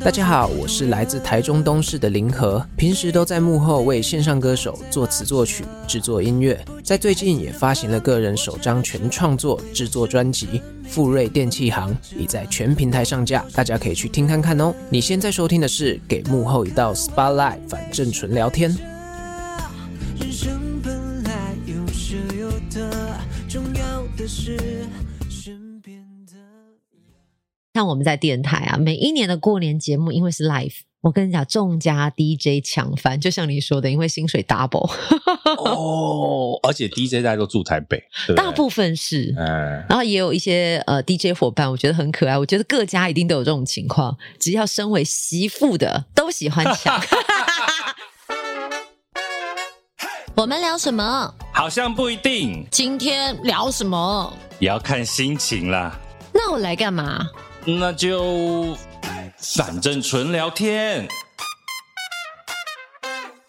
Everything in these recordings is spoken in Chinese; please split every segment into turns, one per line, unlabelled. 大家好，我是来自台中东市的林和，平时都在幕后为线上歌手作词作曲、制作音乐，在最近也发行了个人首张全创作制作专辑《富瑞电器行》，已在全平台上架，大家可以去听看看哦。你现在收听的是《给幕后一道 Spotlight》，反正纯聊天。
人生本来有舍有得，重要的是身边的。
像我们在电台啊，每一年的过年节目，因为是 live，我跟你讲，众家 DJ 抢翻，就像你说的，因为薪水 double，
哦，而且 DJ 大家都住台北，对不对
大部分是。
嗯，
然后也有一些呃 DJ 伙伴，我觉得很可爱。我觉得各家一定都有这种情况，只要身为媳妇的都喜欢抢。 我们聊什么？
好像不一定，
今天聊什么？
也要看心情啦。
那我来干嘛？
那就反正纯聊天。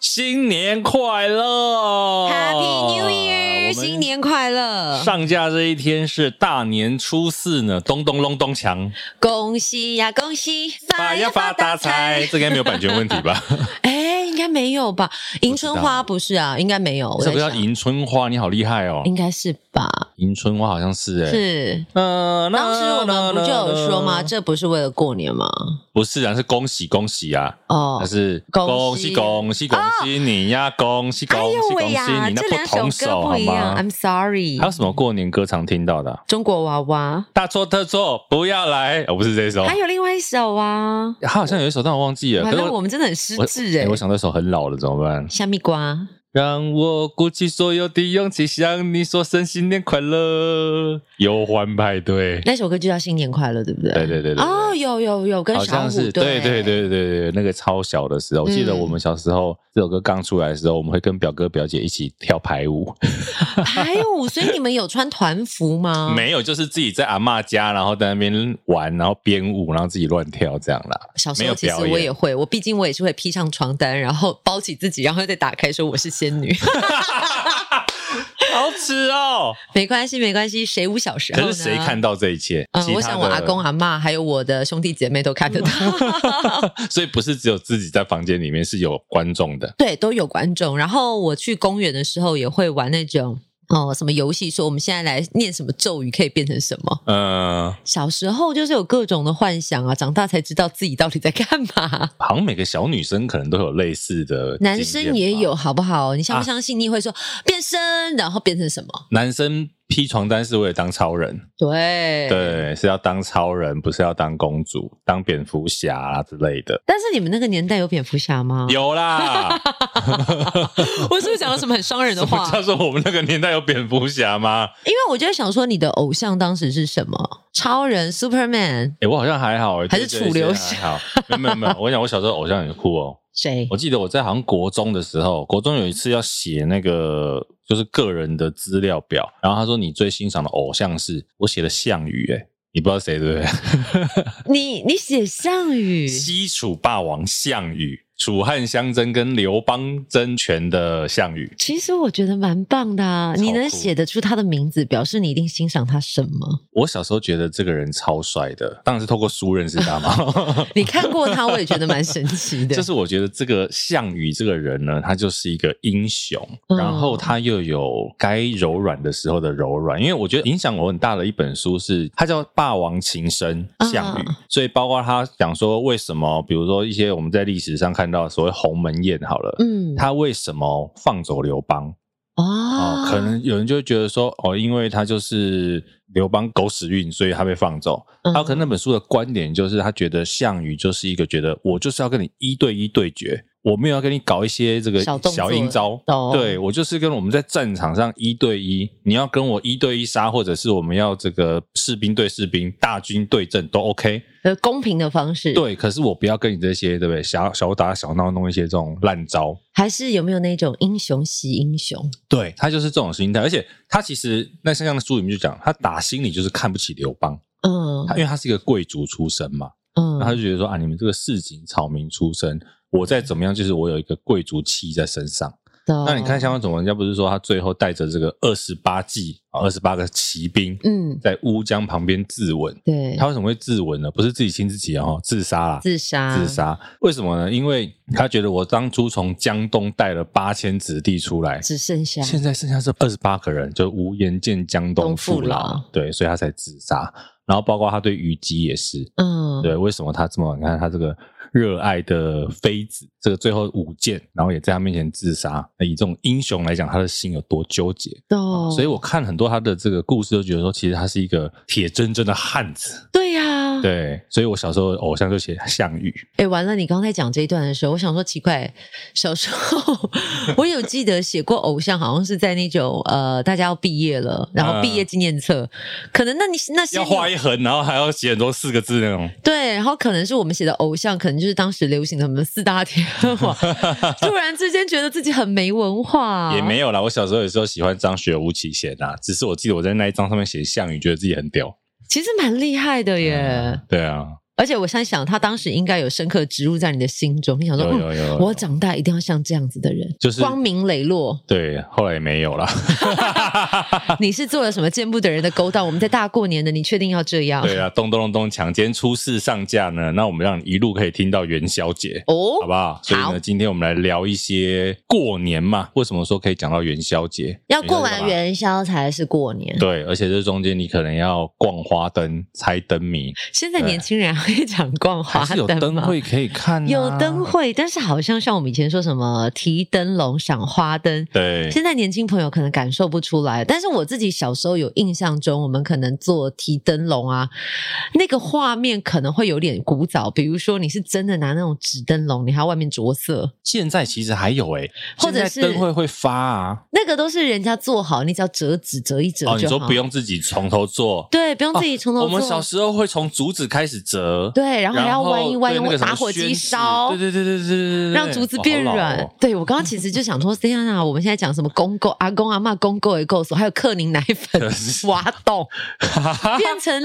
新年快乐
Happy New Year，
哦我们
新年快乐！
上架这一天是大年初四呢，咚咚隆咚锵，
恭喜呀，恭喜！
发呀发大财！！这应该没有版权问题吧？
哎，应该没有吧？迎春
道
花不是啊，应该没有。我
这
在
个叫
想
迎春花，你好厉害哦！
应该是吧？
迎春花好像是哎、
是。
嗯，那
当时我们不就有说吗？
那
这不是为了过年吗？
不是啊，是恭喜恭喜啊！
哦
还，是
恭
恭
喜
喜恭喜恭喜你呀！恭喜恭喜
哎
恭喜你！那
这两
同
首歌
手
不
好
一样。
吗？
I'm sorry
还。有什么过年歌常听到的啊？
中国娃娃，
大错特错，不要来！哦，不是这首，
还有另外一首啊。
他好像有一首，但我忘记了。
反
可是
正我们真的很失
我
智哎
我。想那首很老了，怎么办？
虾米瓜，
让我鼓起所有的勇气，向你说声新年快乐，忧欢派对。
那首歌就叫《新年快乐》，对不对？
对对对对对
哦，有有有，跟
好
小
像
虎
是对对对对对，那个超小的时候，我记得
嗯
我们小时候这首歌刚出来的时候，我们会跟表哥表姐一起跳排舞。
排舞，所以你们有穿团服吗？
没有，就是自己在阿嬷家，然后在那边玩，然后编舞，然后自己乱跳这样啦。
小时
没
候
有
其实
表
我
演
也会，我毕竟我也是会披上床单，然后包起自己，然后再打开说我是仙女。
好耻哦！
没关系，没关系，谁无小时候
可
呢？
是谁看？到这一切？
嗯，
其
我
他
想我
的
阿公阿妈还有我的兄弟姐妹都看得到，
所以不是只有自己在房间里面，是有观众的。
对，都有观众。然后我去公园的时候也会玩那种哦什么游戏，说我们现在来念什么咒语可以变成什么。
嗯，
小时候就是有各种的幻想啊，长大才知道自己到底在干嘛。
好像每个小女生可能都有类似的，
男生也有，。好不好？你
啊
相不相信？你会说、变身，然后变成什么？
男生披床单是为了当超人，
对。
对，是要当超人，不是要当公主、当蝙蝠侠啊之类的。
但是你们那个年代有蝙蝠侠吗？
有啦，
我是不是讲了什么很伤人的
什么
话？
叫做我们那个年代有蝙蝠侠吗？
因为我就在想说，你的偶像当时是什么？超人、Superman，
哎、我好像还好、欸，
还是
对对
楚
对
留
现在还好，没有没有没有，我跟你讲我小时候偶像很酷哦。
谁
我？记得我在好像国中的时候，国中有一次要写那个就是个人的资料表，然后他说你最欣赏的偶像是，我写的项羽、欸，你不知道谁对不
嗯
对？
你你写项羽，
西楚霸王项羽，楚汉相争跟刘邦争权的项羽，
其实我觉得蛮棒的啊！
超酷
你能写得出他的名字，表示你一定欣赏他什么？
我小时候觉得这个人超帅的，当然是透过书认识他 嘛。
你看过他，我也觉得蛮神奇的。
就是我觉得这个项羽这个人呢，他就是一个英雄，
嗯
然后他又有该柔软的时候的柔软。因为我觉得影响我很大的一本书是，它叫《霸王情深》，项羽。
嗯
所以包括他讲说为什么，比如说一些我们在历史上看到的所谓鸿门宴好了。
嗯，
他为什么放走刘邦？哦
哦，，
可能有人就会觉得说，哦，因为他就是刘邦狗屎运，所以他被放走。
嗯
他哦可能那本书的观点就是，他觉得项羽就是一个觉得我就是要跟你一对一对决，我没有要跟你搞一些这个
小动作
小阴招
懂，
对我就是跟我们在战场上一对一，你要跟我一对一杀，或者是我们要这个士兵对士兵、大军对阵都 OK。
呃公平的方式，，
对，可是我不要跟你这些，对不对？小小打小闹，弄一些这种烂招。
还是有没有那种英雄惜英雄？
对他就是这种心态，而且他其实那像像书里面就讲，他打心里就是看不起刘邦，
嗯
他因为他是一个贵族出身嘛，
嗯，
然后他就觉得说啊，你们这个市井草民出身，我再怎么样，就是我有一个贵族气在身上，
的。
那你看，相关总文，人家不是说他最后带着这个二十八骑啊，二十八个骑兵，
嗯，
在乌江旁边自刎。
对，
他为什么会自刎呢？不是自己亲自己啊，哦自杀啦，
自杀，
自，杀。为什么呢？因为他觉得我当初从江东带了八千子弟出来，
只剩下
现在剩下这二十八个人，就无颜见江东
东父
父老
老，
对，所以他才自杀。然后包括他对虞姬也是，
嗯，
对，为什么他这么？你看他这个热爱的妃子，这个最后舞剑，然后也在他面前自杀。那以这种英雄来讲，他的心有多纠结？
哦，
所以我看很多他的这个故事，都觉得说，其实他是一个铁铮铮的 汉子。
对呀、哎、
对，所以我小时候偶像就写项羽。
完了！你刚才讲这一段的时候，我想说奇怪，小时候我有记得写过偶像，好像是在那种呃，大家要毕业了，然后
嗯
毕业纪念册，可能那你那些
要画一横，然后还要写很多四个字那种。
对，然后可能是我们写的偶像，可能就是当时流行的什么四大天王， 突然之间觉得自己很没文化，
也没有啦，我小时候有时候喜欢张学吴启贤啊，只是我记得我在那一张上面写项羽，觉得自己很屌。
其实蛮厉害的耶。
对啊，
而且我现在想，他当时应该有深刻植入在你的心中，你想说，
有有有
嗯
有有
我长大一定要像这样子的人，
就是
光明磊落。
对，后来也没有啦。
你是做了什么见不得人的勾当？我们在大过年的，你确定要这样？
对啊，咚咚咚咚，抢先出事上架呢，那我们让你一路可以听到元宵节。
哦，
好不好？所以呢，今天我们来聊一些过年嘛。为什么说可以讲到元宵节？
要过完
宵节
元宵才是过年
干嘛。对，而且这中间你可能要逛花灯、猜灯谜，
现在年轻人还会讲逛花
还是有
灯
灯
吗？
会可以看、啊，
有灯，会，但是好像像我们以前说什么提灯笼、赏花灯，
对，
现在年轻朋友可能感受不出来，但是我自己小时候有印象中，我们可能做提灯笼啊，那个画面可能会有点古早。比如说，你是真的拿那种纸灯笼，你还要外面着色，
现在其实还有哎、欸，
或者是
现在灯会会发啊。
那个都是人家做好，你只要折纸折一折就好。
哦，你说不用自己从头做，
对，不用自己从头做。
哦我们小时候会从竹子开始折，
对，然后还要弯一弯，
对那
用
个什么
打火机
宣纸
烧。
对对对对对对对对，
让竹子变
哇好老
软。
哦
对我刚刚其实就想说，天啊，我们现在讲什么公购、阿公阿嬷公购也够说，还有克宁奶粉挖 洞，变成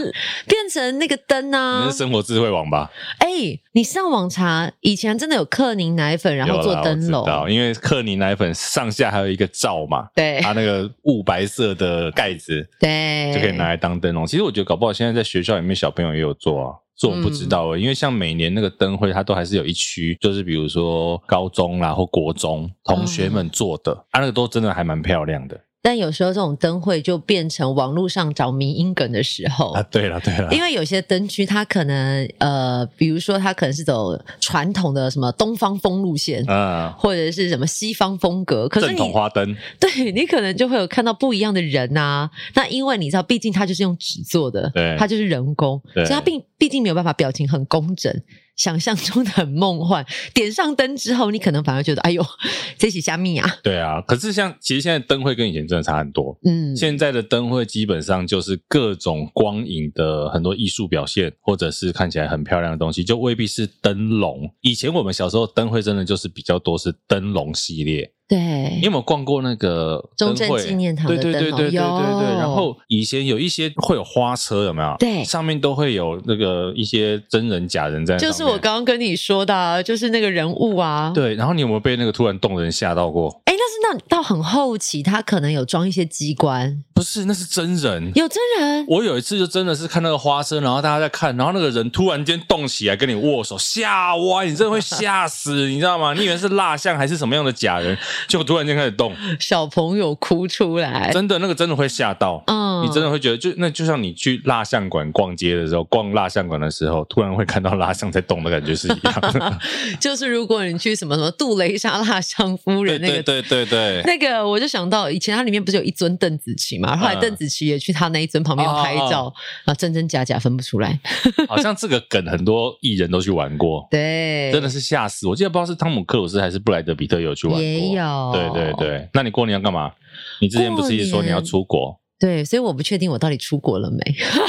变成那个灯
你
啊
是！生活智慧网吧？
哎、你上网查，以前真的有克宁奶粉，然后
有
做
啦
灯
我知道
笼，
因为克宁奶粉上下还有一个罩 嘛，
对
它那个雾白色的盖子
对，
啊就可以拿来当灯笼。其实我觉得搞不好现在在学校里面小朋友也有做啊。是我不知道
嗯
欸因为像每年那个灯会，它都还是有一区，就是比如说高中啦或国中同学们做的，
嗯
啊，那个都真的还蛮漂亮的
但有时候这种灯会就变成网络上找迷因梗的时候。
啊。对了对了，
因为有些灯区，它可能呃，比如说它可能是走传统的什么东方风路线，
嗯，
或者是什么西方风格，可是
正
你
统花灯，
对你可能就会有看到不一样的人啊。那因为你知道，毕竟它就是用纸做的，
对
它就是人工，所
对
以它并毕竟没有办法表情很工整， 想象中的很梦幻。点上灯之后，你可能反而觉得，哎呦， 这起虾米啊，
对啊。可是像其实现在灯会跟以前真的差很多，
嗯，
现在的灯会基本上就是各种光影的很多艺术表现，或者是看起来很漂亮的东西，就未必是灯笼。以前我们小时候灯会真的就是比较多是灯笼系列。你
对
有没有逛过那个
中
灯
正
会
纪念堂的
对对对
灯笼
对对对对对。
有
然后以前有一些会有花车，有没有？
对
上面都会有那个一些真人假人在。
就是我。刚刚跟你说的、啊，就是那个人物啊。
对，然后你有没有被那个突然动的人吓到过？
哎，但是那到很后期，他可能有装一些机关，
不是，那是真人。
有真人，
我有一次就真的是看那个花生，然后大家在看，然后那个人突然间动起来跟你握手，吓歪，你真的会吓死，你知道吗？你以为是蜡像还是什么样的假人，结果突然间开 始动，
小朋友哭出来，
真的那个真的会吓到，
哎嗯
你真的会觉得就那就像你去蜡像馆逛街的时候，逛蜡像馆的时候，突然会看到蜡像在动的感觉是一 样的。
就是如果你去什么什么杜蕾莎蜡像夫
对
人那
对
个
对对对。
那个我就想到以前它里面不是有一尊邓紫棋嘛，后来
嗯
邓紫棋也去她那一尊旁边
哦
拍照，啊，真真假假分不出来。
好像这个梗很多艺人都去玩过，
对，
真的是吓死！我记得不知道是汤姆克鲁斯还是布莱德比特有去玩过，啊
也有
对对对，那你过年要干嘛？你之前不是也说你要出国？
对，所以我不确定我到底出国了没，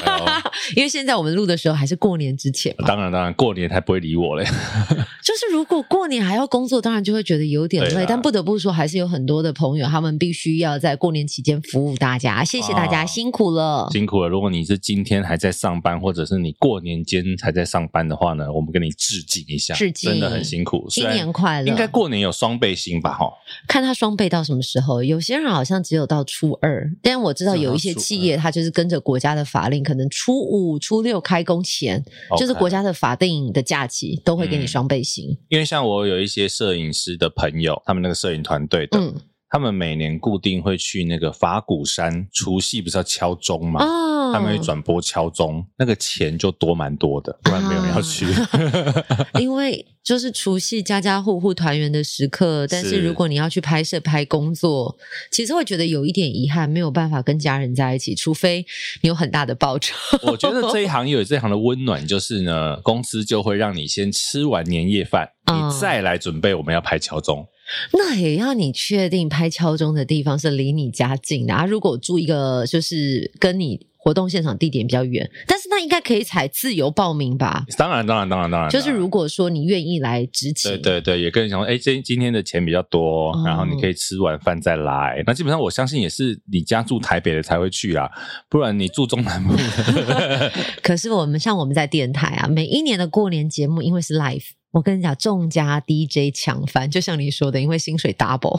哎呦
因为现在我们录的时候还是过年之 前嘛，
当然当然，过年才不会理 我嘞。
就是如果过年还要工作，当然就会觉得有点
对
累。
啦
但不得不说，还是有很多的朋友，他们必须要在过年期间服务大家，谢谢大家，
哦
辛苦了。
辛苦了，如果你是今天还在上班，或者是你过年间才在上班的话呢，我们跟你致敬一下，
致敬
真的很辛苦。虽
新
然
年快乐！
应该过年有双倍薪吧？哈，
看他双倍到什么时候。有些人好像只有到初二，但我知道
只有到
有一些
啊初二
企业，它就是跟着国家的法令，可能初五、初六开工前
OK
就是国家的法定的假期，都会给你
嗯
双倍薪。
因为像我有一些摄影师的朋友，他们那个摄影团队的，
嗯
他们每年固定会去那个法鼓山，除夕不是要敲钟吗？
哦，
啊他们会转播敲钟，那个钱就多蛮多的，不然没有人要去。
啊 因为就是除夕家家户户团圆的时刻，但是
是
如果你要去拍摄、拍工作，其实会觉得有一点遗憾，没有办法跟家人在一起，除非你有很大的报酬。
我觉得这一行有这一行的温暖，就是呢， 公司就会让你先吃完年夜饭，
嗯
你再来准备我们要拍敲钟。
那也要你确定拍敲钟的地方是离你家近的啊。如果住一个就是跟你活动现场地点比较远，但是那应该可以采自由报名吧？
当然，当然，当然，当然，
就是如
果
果说你愿意来执勤，
对对对，也跟你讲说，哎，今今天的钱比较多，
哦
然后你可以吃完饭再来。那基本上我相信也是你家住台北的才会去啦，不然你住中南 部的
可是我们像我们在电台啊，每一年的过年节目，因为是 live，我跟你讲，众家 DJ 抢翻，就像你说的，因为薪水 double，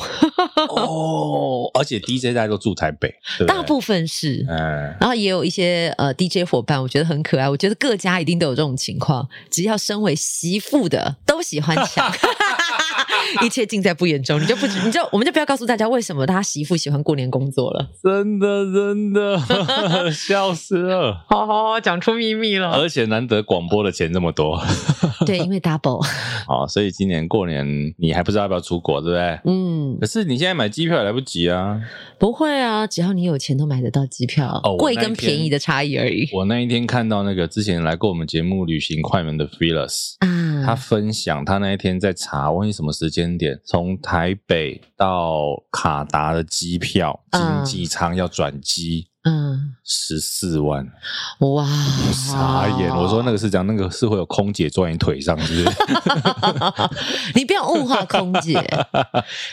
哦。而且 DJ 大家都住台北，对不对
大部分是。
嗯。
然后也有一些呃 DJ 伙伴，我觉得很可爱。我觉得各家一定都有这种情况，只要身为媳妇的都喜欢 抢， 一切尽在不言中。你就不知你就我们就不要告诉大家为什么他媳妇喜欢过年工作了。
真的 真的，, 笑死了！
哦，讲出秘密了。
而且难得广播的钱这么多，
对，因为 double，
好，哦所以今年过年你还不知道要不要出国，对不对？
嗯
可，是你现在买机票也来不及啊！
不会啊，只要你有钱都买得到机票，
哦我
贵
那一
跟
天
便宜的差异而已。
我那一天看到那个之前来过我们节目《旅行快门》的 Phyllis，
啊，
他分享他那一天在查，忘记什么时间点，从台北到卡达的机票，
嗯
经济舱要转机
嗯，
十四万，
哇，哦
我傻眼！我说那个是讲那个是会有空姐坐在你腿上，是不 是？
你不要物化空姐。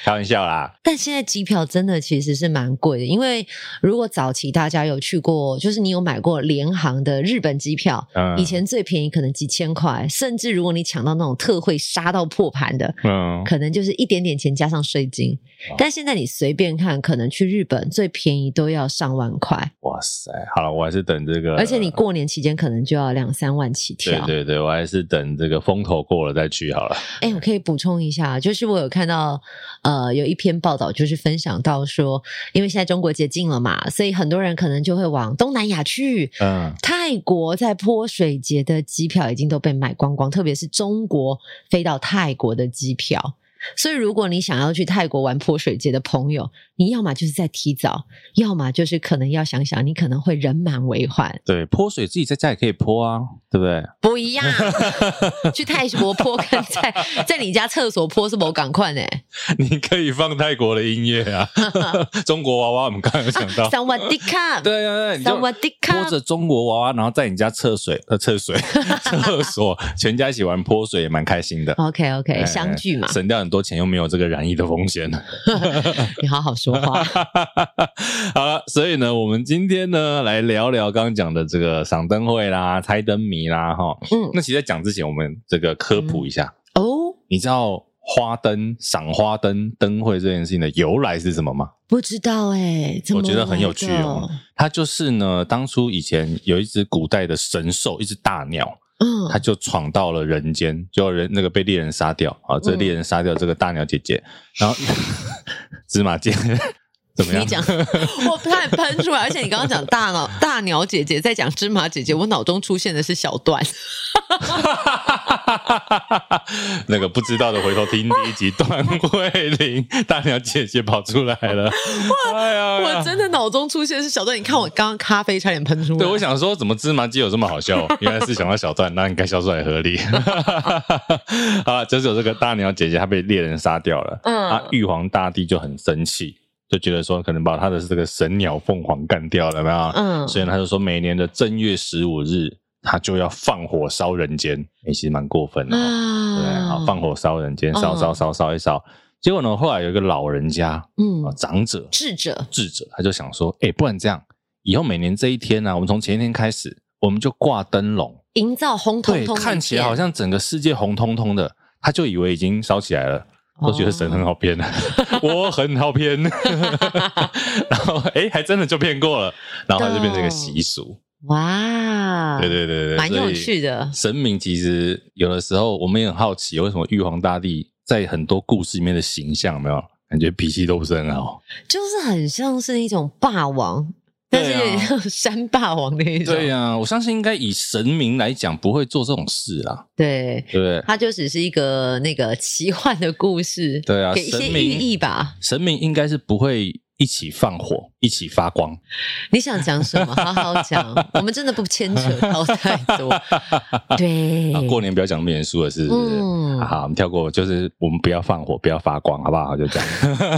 开玩笑啦，
但现在机票真的其实是蛮贵的，因为如果早期大家有去过，就是你有买过联航的日本机票，
嗯，
以前最便宜可能几千块，甚至如果你抢到那种特惠杀到破盘的，
嗯，
可能就是一点点钱加上税金。
哦
但现在你随便看，可能去日本最便宜都要上万块，
哇塞，好了，我还是等这个，
而且你过年期间可能就要两三万起
对
跳。
对对，我还是等这个风头过了再去好了。
哎、我可以补充一下，就是我有看到，呃，有一篇报道，就是分享到说，因为现在中国解禁了嘛，所以很多人可能就会往东南亚去。
嗯，
泰国在泼水节的机票已经都被买光光，特别是中国飞到泰国的机票。所以，如果你想要去泰国玩泼水节的朋友，你要么就是在提早，要么就是可能要想想，你可能会人满为患，
对，泼水自己在家也可以泼啊，对不对？
不一样。去泰国泼跟在在你家厕所泼是某赶快呢。
你可以放泰国的音乐啊， 中国娃娃我们刚刚
啊
有讲到，
萨瓦迪卡，
对啊对对，你
萨
就
瓦迪
泼
卡，
着中国娃娃，然后在你家厕水呃厕水 厕所，全家一起玩泼水也蛮开心的。
OK 哦 OK，
哎
相聚嘛，
省掉很多钱，又没有这个染疫的风险。
你好好说话。
好了，所以呢，我们今天呢来聊聊刚刚讲的这个赏灯会啦、猜灯谜啦，哈。
嗯，
那其实，在讲之前，我们这个科普一下，
哦，
你知道花灯、赏花灯、灯会这件事情的由来是什么吗？
不知道哎，怎么
我觉得很有趣
来
哦
的。
它就是呢，当初以前有一只古代的神兽，一只大鸟，
嗯，
它就闯到了人间，就人那个被猎人杀掉啊，这
嗯
猎人杀掉这个大鸟姐姐，然后 芝麻街怎么样
你？讲， 我差点喷出来，而且你刚刚讲大脑大鸟姐姐在讲芝麻姐
嗯
姐，我脑中出现的是小 段，
那个不知道的回头听第一集，段 慧玲大鸟姐姐跑出来了，哎呀，哎呀
我真的脑中出现是小段。你看我刚刚咖啡差点喷出来，
对，我想说，怎么芝麻鸡有这么 好笑？原来是想到小段，那应该笑出来合理。 啊，就是有这个大鸟姐姐，她被猎人杀掉了。
嗯
啊，玉皇大帝就很生气，就觉得说可能把他的这个神鸟凤凰干掉了，有没有？
嗯
所以他就说每年的正月十五日，他就要放火烧人间，也其实蛮过分的、哦。对，
啊
好，放火烧人间，烧
嗯
烧烧烧一烧。结果呢，后来有一个老人家啊，
嗯，
长者
智者，
智者，他就想说，哎，不然这样，以后每年这一天啊呢、我们从前一天开始，我们就挂灯笼，
营造红彤
对，
彤的一片，
看起来好像整个世界红彤彤的，他就以为已经烧起来了。
哦
都觉得神很好 骗的，我很好骗， 然后哎、诶还真的就骗过了，然后他就变成一个习俗，
哇，
对对对对，
啊蛮有
所以
趣的
神明其实有的时候我们也很好奇，为什么玉皇大帝在很多故事里面的形象有没有感觉脾气都不是很好？
就是很像是一种霸王，但是有点像山霸王那一种。
啊对啊呀、我相信应该以神明来讲不会做这种事啦，
对
对不对？
它就只是一个那个奇幻的故事，
对啊
给一些
神
寓
明
意吧。
神明应该是不会一起放火、一起发光，
你想讲什 么？好好讲，我们真的不牵扯到太多。对
啊，，过年不要讲那么严肃的事，是不是？
嗯
好好，我们跳过，就是我们不要放火，不要发光，好不好？就这样。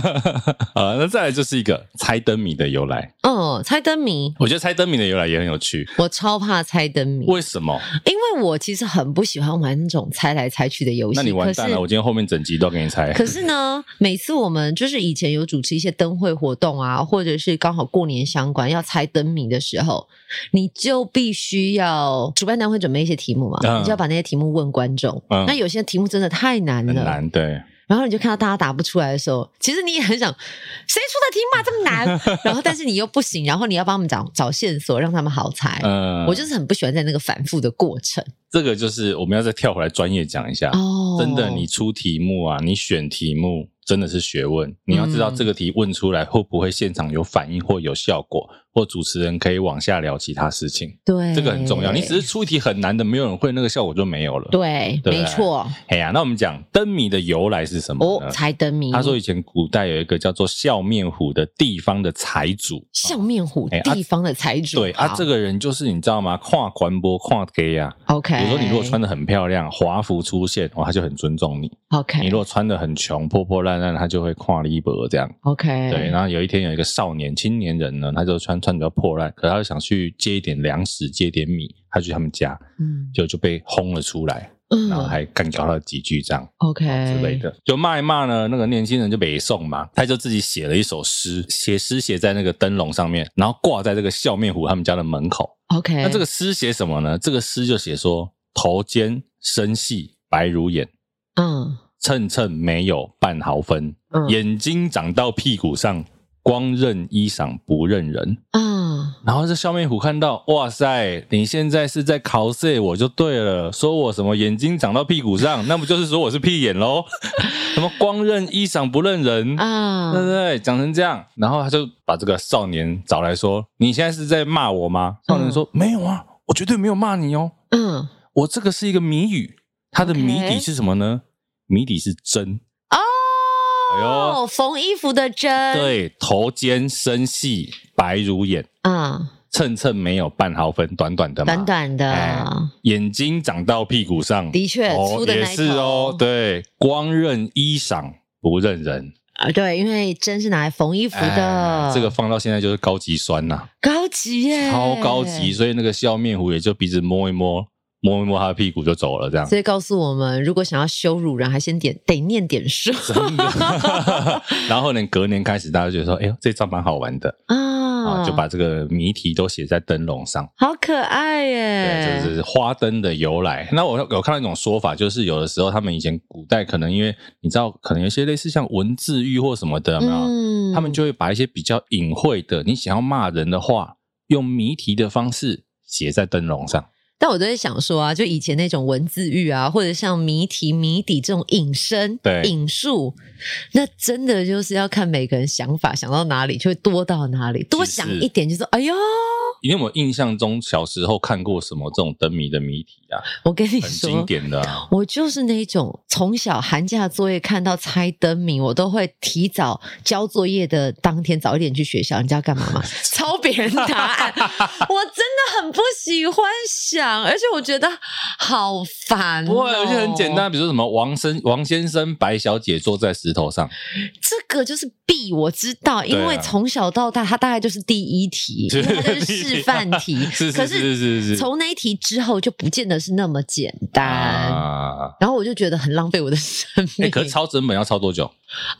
啊，那再来就是一个猜灯谜的由来。
哦，猜灯谜，
我觉得猜灯谜的由来也很有趣，
我超怕猜灯谜，
为什么？
因为我其实很不喜欢玩那种猜来猜去的游戏。
那你完蛋
可
了，
是
我今天后面整集都要给你猜。
可是呢，每次我们就是以前有主持一些灯会活动啊， 或者是刚好过年相关要猜灯谜的时候，你就必须要主办单位准备一些题目嘛，
嗯
你就要把那些题目问观众。
嗯
那有些题目真的太难了，
很难，对，
然后你就看到大家答不出来的时候，其实你也很想，谁出的题目啊这么难？ 然后但是你又不行，然后你要帮他们找找线索，让他们好猜。
嗯，
我就是很不喜欢在那个反复的过程
这个就是我们要再跳回来专业讲一下。
哦
真的，你出题目啊，你选题目真的是学问。你要知道
嗯
这个题问出来会不会现场有反应或有效果，或主持人可以往下聊其他事情，
对
这个很重要。你只是出一题很难的，没有人会，那个效果就没有了。，
对，
对
没错。
哎呀，那我们讲灯谜的由来是什么
哦，
呢？
猜灯谜，
嗯他说以前古代有一个叫做笑面虎的地方的财主，
笑面虎
哎啊
地方的财主，
对啊，
好
这个人就是你知道吗？跨环播跨 gay 啊。
OK。
比如说，你如果穿的很漂亮，华服出现，哇，他就很尊重你；
OK，
你如果穿的很穷，破破烂烂，他就会跨立博这样。
OK，
对，然后有一天有一个少年青年人呢，他就穿穿比较破烂，可他就想去借一点粮食，借一点米，他去他们家，
嗯
就就被轰了出来，然后
嗯
还干掉了几句这样。
OK
啊之类，的，就骂一骂呢，那个年轻人就北宋嘛，他就自己写了一首诗，写诗写在那个灯笼上面，然后挂在这个笑面虎他们家的门口。
OK，
那这个诗写什么呢？这个诗就写说：头尖身细白如眼，
嗯
秤秤没有半毫分，
嗯
眼睛长到屁股上，光认衣裳不认人。
啊
然后这笑面虎看到，哇塞，你现在是在考试我就对了，说我什么眼睛长到屁股上，那不就是说我是屁眼 喽？什么光认衣裳不认人，
啊
对不对？讲成这样，然后他就把这个少年找来说：“你现在是在骂我吗？”少年说：“没有啊，我绝对没有骂你哦，
嗯
我这个是一个谜语，它的谜
OK
底是什么呢？谜底是针。”哎
哦
呦，
缝衣服的针，
对，头尖身细，白如眼，
啊，
秤秤没有半毫分，短短的嘛，
短短的，
哎眼睛长到屁股上，
的确粗
哦，
的
也
那一
是哦
头，
对，光认衣裳不认人，
啊，对，因为针是拿来缝衣服的
哎，这个放到现在就是高级酸呐、
高级耶，
超高级，。所以那个笑面虎也就鼻子摸一摸，摸一摸他的屁股就走了，这样
所。以告诉我们，如果想要羞辱人，还先点得念点 书
真的然后呢，隔年开始，大家就觉得说：“哎呦，这招蛮好玩的啊！”
啊，
就把这个谜题都写在灯笼上。
好可爱耶，
对，这就是花灯的由来。那我有看到一种说法，就是有的时候他们以前古代可能因为你知道，可能有一些类似像文字狱或什么的，有没有？
嗯
他们就会把一些比较隐晦的，你想要骂人的话，用谜题的方式写在灯笼上。
但我都在想说啊，就以前那种文字狱啊，或者像谜题、谜底这种引申、
对
引述，那真的就是要看每个人想法想到哪里，就会多到哪里。多想一点，就说哎呦，
你有没有印象中小时候看过什么这种灯谜的谜题啊？
我跟你
很经
说，
典的啊、
我就是那种从小寒假作业看到猜灯谜，我都会提早交作业的当天早一点去学校。你知道干嘛 吗？抄别人答案，我真的很不喜欢想，而且我觉得好烦、哦
不会，有些很简
单。
单，比如说什么王生、王先生、白小姐坐在石头上，。
这个就是必我知道，因为从小到大，它大概就是第一题，因为它就是示范题
是
可
是是是是
从那一题之后，就不见得是那么简单。
啊。
然后我就觉得很浪费我的生
哎、
命。
可是抄整本要抄多久？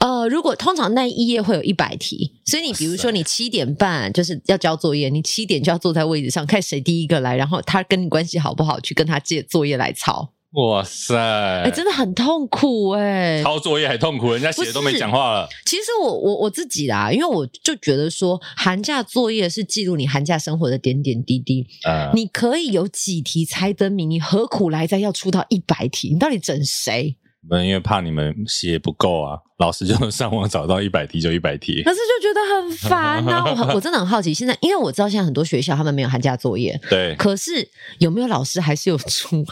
呃，如果通常那一页会有一百题，所以你比如说你七点半就是要交作业，你七点就要坐在位置上看谁第一个来，然后他跟你关系好不好，去跟他借作业来抄。
哇塞！
哎、真的很痛苦哎、
抄作业还痛苦，人家写的都没讲话了。
其实我我我自己啦，因为我就觉得说，寒假作业是记录你寒假生活的点点滴滴。
呃，
你可以有几题猜灯谜，你何苦来哉要出到一百题？你到底整谁？
们因为怕你们写不够啊，老师就上网找到一百题就一百题
可。是就觉得很烦呐、我 很我真的很好奇，现在因为我知道现在很多学校他们没有寒假作业，
对，
可是有没有老师还是有出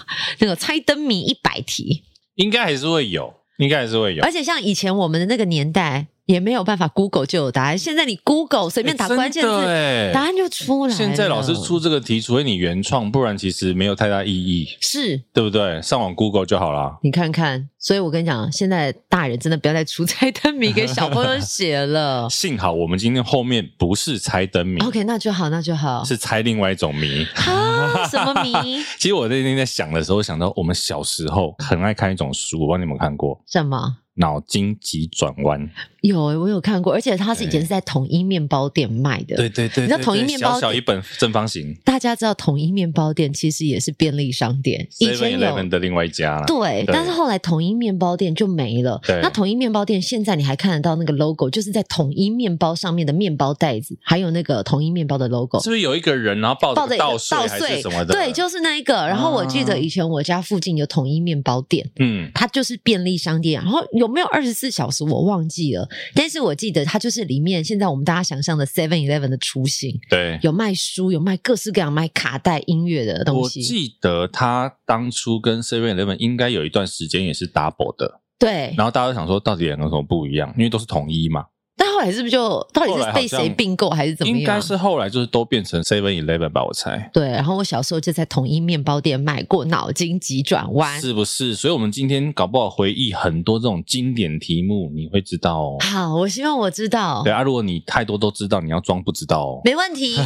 那个猜灯谜一百题？
应该还是会有，应该还是会有
而。且像以前我们的那个年代也没有办法 Google 就有答案，现在你 Google 随便
哎
打关键字，
对，
答案就出来了。
哎现在老师出这个题，除非你原创，不然其实没有太大意义，
是
对不对？上网 Google 就好啦。。
你看看，所以我跟你讲，现在大人真的不要再出猜灯谜给小朋友写了
幸好我们今天后面不是猜灯谜
OK，那就好，那就好。
是猜另外一种谜。
啊，什么 谜？
其实我那天在想的时候，想到我们小时候很爱看一种书，我不知道你们有没有看过《
什么？
脑筋急转弯》。
有欸、我有看过，而且它是以前
对
是在统一面包店卖的。
对对对，
你知道
对
统一
对
面包
小小一本正方形
大家知道统一面包店其实也是便利商店，以
，Seven
前有
Eleven 的另外一家啦。
对，但是后来统一面包店就没了
对。
那统一面包店现在你还看得到那个 logo，就是在统一面包上面的面包袋子，还有那个统一面包的 logo
是。不是有一个人然后抱
抱着
着
一个
稻穗还是什么的？啊
对，就是那一个。然后我记得以前我家附近有统一面包店，
嗯，
它就是便利商店。然后有没有二十四小时我忘记了，但是我记得它就是里面现在我们大家想象的 Seven Eleven 的雏形，
对。
有卖书，有卖各式各样卖卡带、音乐的东
我
西。
记得他当初跟 Seven Eleven 应该有一段时间也是 double 的，
对，
然后大家都想说到底两个有什么不一样，因为都是统一嘛。
但后来是不是就到底
后
是
来好
被
像
谁并购还是怎么样？
应该是后来就是都变成 Seven Eleven 吧，我猜。
对，然后我小时候就在统一面包店买过脑筋急转弯，
是不是？所以，我们今天搞不好回忆很多这种经典题目，你会知道哦。
好，我希望我知道
对，啊，如果你太多都知道，你要装不知道哦。
没问 题。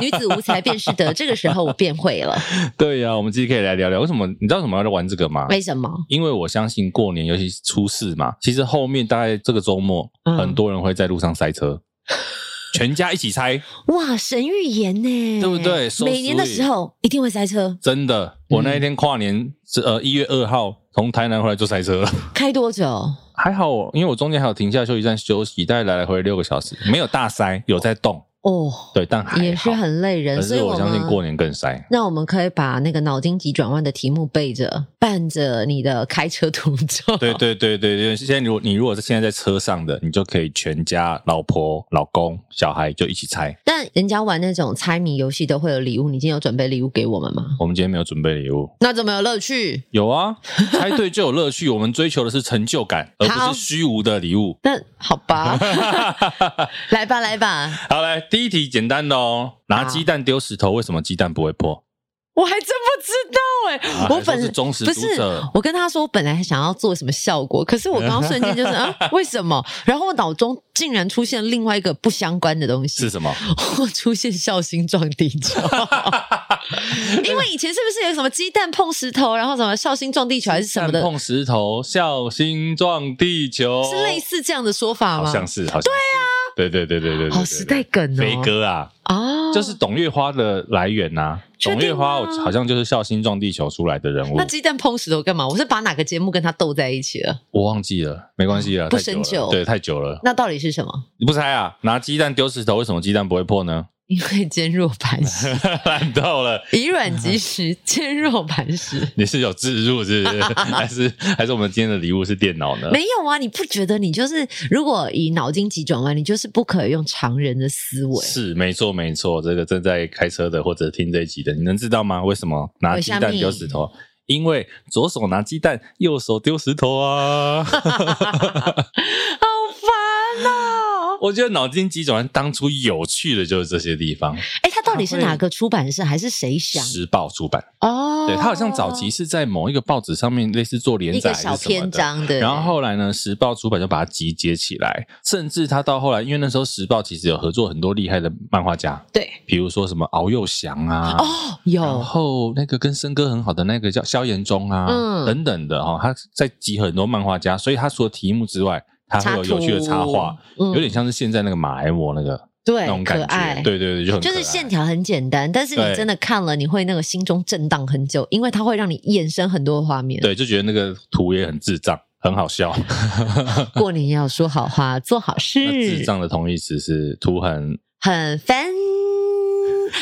女子无才便是德，这个时候我便会 了。
对呀、我们今天可以来聊聊为什么？你知道为什么要玩这个吗？
为什么？
因为我相信过年，尤其是初四嘛，其实后面大概这个周末，
嗯
很多人会在路上塞 车，全家一起塞，
哇，神预言呢？
对不对？So
每年的
sweet
时候一定会塞车，
真的。我那一天跨年
嗯
是呃一月二号从台南回来就塞车了，
开多久？
还好
哦
我因为我中间还有停下休息站休息，大概来来回回六个小时，没有大塞，有在动，
哦，
对，但还好
也是很累人，
可
所
是
以
我相信
们
过年更塞。
那我们可以把那个脑筋急转弯的题目背着，伴着你的开车途中。
对对对对对，现在如果你如果是现在在车上的，你就可以全家、老婆、老公、小孩就一起猜。
但人家 玩那种猜谜游戏都会有礼物，你今天有准备礼物给我们吗？
我们今天没有准备礼物，
那怎么有乐趣？
有啊，猜对就有乐趣。我们追求的是成就感，而
好
不是虚无的礼物。
那好吧，来吧来吧，
好，来第一题简单的哦，拿
好
鸡蛋丢石头，为什么鸡蛋不会破？
我还真不知道哎、
啊
我
还说
本
是忠实
不
读
是
者，
我跟他说我本来想要做什么效果，可是我刚刚瞬间就是 啊，为什么？然后我脑中竟然出现另外一个不相关的东
是
西，
什么？
我出现孝心撞地球。因为以前是不是有什么鸡蛋碰石头，然后什么孝心撞地球还是什么
蛋
的，
碰石头，孝心撞地球，
是类似这样的说法
好
吗？
像是，好像对啊，对对对对对对对，
好时代梗哦，
肥哥啊，
啊，
就是董月花的来源呐、
确
董
定
月花
吗
好像就是孝心撞地球出来的人物
那，鸡蛋碰石头干嘛？我是把哪个节目跟他斗在一起了？
我忘记了，没关系了，啊
不
太久
深究
了，对，太久了。
那到底是什么？
你不猜啊？拿鸡蛋丢石头，为什么鸡蛋不会破呢？
因为坚若磐石，
烂透了，
以卵击石，坚若磐 石。
你是有自入是不是？还是 还是我们今天的礼物是电脑呢？
没有啊，你不觉得你就是如果以脑筋急转弯，你就是不可以用常人的思维。
是没错没错，这个正在开车的或者听这一集的，你能知道吗？为什么拿鸡蛋丢石头？因为左手拿鸡蛋，右手丢石头啊。
好烦哦！
我觉得脑筋急转弯当初有趣的就是这些地方。
哎，他到底是哪个出版社，还是谁想？
时报出版，
哦，
对他好像早期是在某一个报纸上面，类似做连
一
载
个
还
小
是什么
篇
的。
章的，
然后后来呢，时报出版就把它集结起来，甚至他到后来，因为那时候时报其实有合作很多厉害的漫画家，
对
比如说什么敖幼祥啊，
哦，
然
有
后那个跟森哥很好的那个叫萧炎中啊，
嗯
等等的哈、哦，他在集合很多漫画家，所以他除了题目之外，他会有有趣的插画，，
图嗯
有点像是现在那个马来模那个那
对
种
可
感
爱，
觉，对对对，就很
就
可
是
爱
线条很简单，但是你
对
真的看了，你会那个心中震荡很久，因为它会让你衍生很多画面。
对，就觉得那个图也很智障，很好笑。
过年要说好话，做好
那
事
智，障的同义词是图很
很 fun，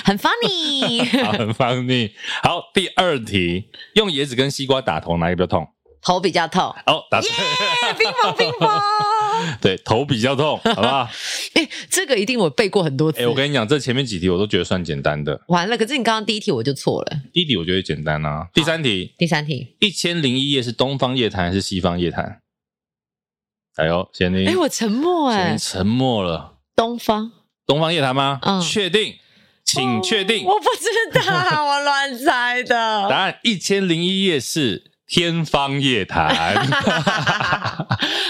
很 funny，
好很 funny。好，第二题，用椰子跟西瓜打头，哪个比较痛？
头比较 痛。
哦，打头，
哎乒乓乒 乓，
对，头比 较痛，好不好？
哎，这个一定我背过很多次。
哎，我跟你讲，这前面几题我都觉得算简单的，
完了，可是你刚刚第一题我就错了。
第一题我觉得简单啊。第三题，
第三题，
一千零一夜是东方夜谭还是西方夜谭？哎呦，贤玲，
哎，我沉默
贤
哎
玲，沉默了。
东方，
东方夜谭吗？
嗯哦
确定，请确定。
我不知 道，我乱猜的。
答案一千零一夜是天方夜 谭。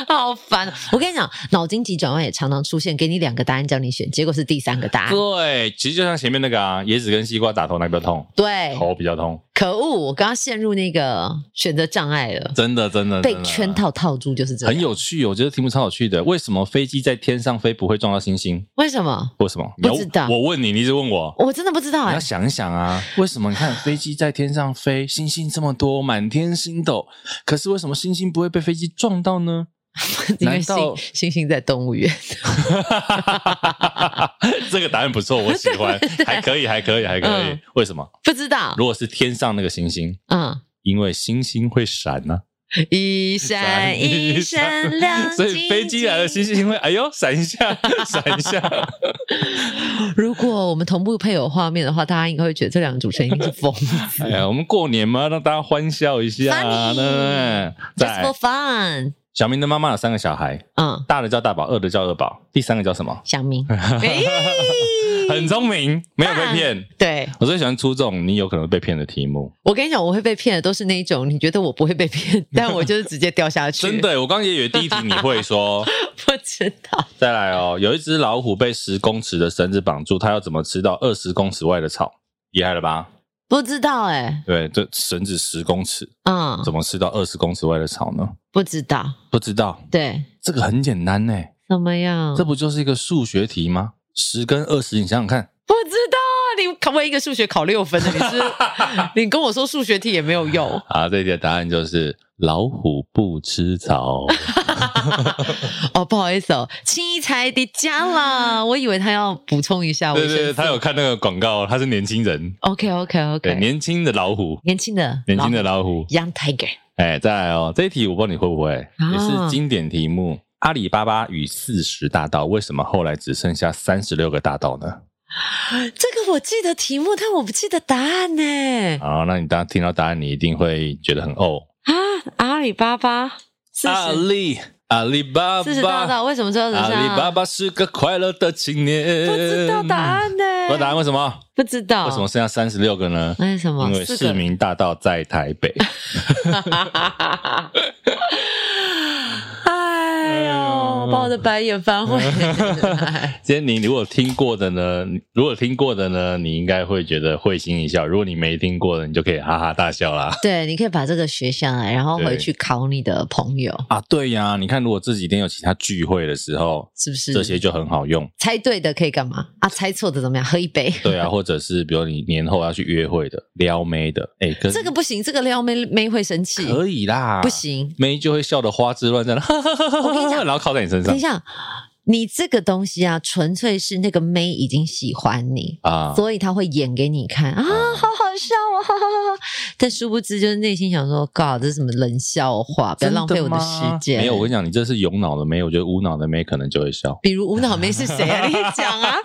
好烦！啊我跟你讲，脑筋急转弯也常常出现，给你两个答案叫你选，结果是第三个答案。
对，其实就像前面那个啊，椰子跟西瓜打头哪个比较痛？
对，
头比较痛，
可恶！我刚刚陷入那个选择障碍了，
真的真的
被
真的
圈套套住，就是这样。
很有趣哦，我觉得题目超有趣的。为什么飞机在天上飞不会撞到星星？
为什么？
为什么？
不知道
你要我问你，你一直问我。
我真的不知道
你
哎、
要想一想啊，为什么你看飞机在天上 飞，星星这么多，满天星斗，可是为什么星星不会被飞机撞到 呢？
因为
难
星
道
星星在动物园，
这个答案不错，我喜 欢，还可以，还可以，还可以
嗯。
为什么？
不知道。
如果是天上那个星星，
嗯，
因为星星会闪啊呢、
一 闪一闪亮晶晶，
所以飞机来了，星星会哎呦闪一下， 闪一下。
如果我们同步配有画面的话，大家应该会觉得这两个主持人一定是疯 子。
哎呀，我们过年嘛，让大家欢笑一下，
Funny
对不对？
Just
再
for
来
fun，
小明的妈妈有三个小孩，
嗯，
大的叫大宝，二的叫二宝，第三个叫什么？
小 明，哎
很聪明，没有被骗。
对。
我最喜欢出这种你有可能被骗的题目，
我跟你讲，我会被骗的都是那一种，你觉得我不会被骗，但我就是直接掉下去。
真，的。我刚刚也以为第一题你会说，
不知道。
再来哦，有一只老虎被十公尺的绳子绑住，它要怎么吃到二十公尺外的草？厉害了吧？
不知道哎、
对，这绳子十公尺，
嗯，
怎么吃到二十公尺外的草呢？
不知道，
不知道，
对，
这个很简单呢、
怎么样？
这不就是一个数学题吗？十跟二十，你想想看，
不知道啊，你考问一个数学考六分的，你是 你跟我说数学题也没有用。
啊，这一题的答案就是老虎不吃草。
哦，不好意思哦，青一才的家 啦，我以为他要补充一下我。
对对对，他有看那个广告，他是年轻人，
OK OK
对，
OK，
年轻的老虎，
年轻的，
年轻的老虎。
Young Tiger，
哎，再来哦，这一题我不知道你会不会，
啊
也是经典题目。阿里巴巴与四十大盗，为什么后来只剩下三十六个大盗呢？
这个我记得题目，但我不记得答案呢。
好，那你当听到答案，你一定会觉得很哦。
啊，阿里巴巴四
阿
十
里阿里巴
四十大
巴
道，，为什么最后只剩
阿
下
里巴巴是个快乐的青年。
不知道答，案哦呢、
不知道答案为什么？
不知道
为什么剩下三十六个呢？
为什么
因为
四
市
个
民大道在台北。
哎呦，把我的白眼翻 回来。
今天你如果听过的呢，如果听过的呢，你应该会觉得会心一笑；如果你没听过的，你就可以哈哈大笑啦。
对，你可以把这个学下来，然后回去考你的朋友，
啊，对呀，你看，如果这几天有其他聚会的时候，
是不是？
这些就很好用。
猜对的可以干嘛啊？猜错的怎么样？喝一杯。
对啊，或者是比如你年后要去约会的、撩妹的，哎，跟
这个不行，这个撩妹妹会生气，
可以啊啦，
不，行。
妹就会笑得花枝乱颤， 哈哈哈哈
我跟你
哈
讲
然后靠在你身上
等一下，你这个东西啊，纯粹是那个妹已经喜欢你，
啊。
所以他会演给你看啊，好好笑啊！哈哈哈哈但殊不知，就是内心想说，God，这是什么冷笑话？不要浪费我的时间。
没有，我跟你讲，你这是有脑的没？我觉得无脑的没可能就会笑。
比如无脑妹是谁啊？你讲 啊！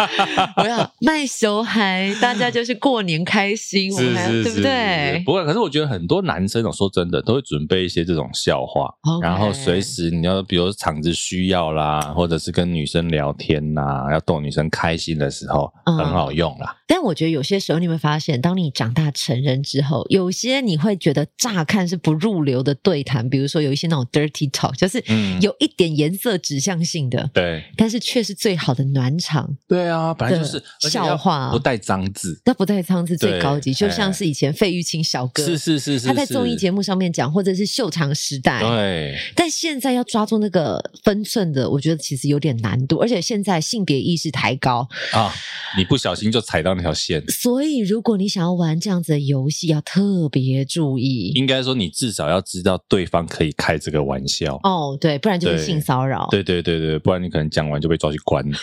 我要卖小孩，大家就是过年开心，我们还对不对？
不过，可是我觉得很多男生哦，说真的，都会准备一些这种笑话
OK
然后随时你要，比如场子需要啦，或者是跟女生聊天呐，要逗女生开心的时候，
嗯
很好用啦。
但我觉得有些时候你会发现，当你长大成人之后，有些你会觉得乍看是不入流的对谈，比如说有一些那种 dirty talk，就是
嗯
有一点颜色指向性的，
对，
但是却是最好的暖场。
对啊，本来就是
对
而且要
笑话
不带脏字，
那不带仓是最
对
高级，就
哎
像是以前费玉清小哥，
是是是是，
他在
是
综艺节目上面讲，或者是秀场时代，
对，
但现在要抓住那个分寸的，我觉得其实有点难度，而且现在性别意识抬高，
啊，你不小心就踩到那条线。
所以如果你想要玩这样子的游戏，要特别注意
应该说，你至少要知道对方可以开这个玩笑。
哦，对，不然就是
对
性骚扰，
对对对对，不然你可能讲完就被抓去关了。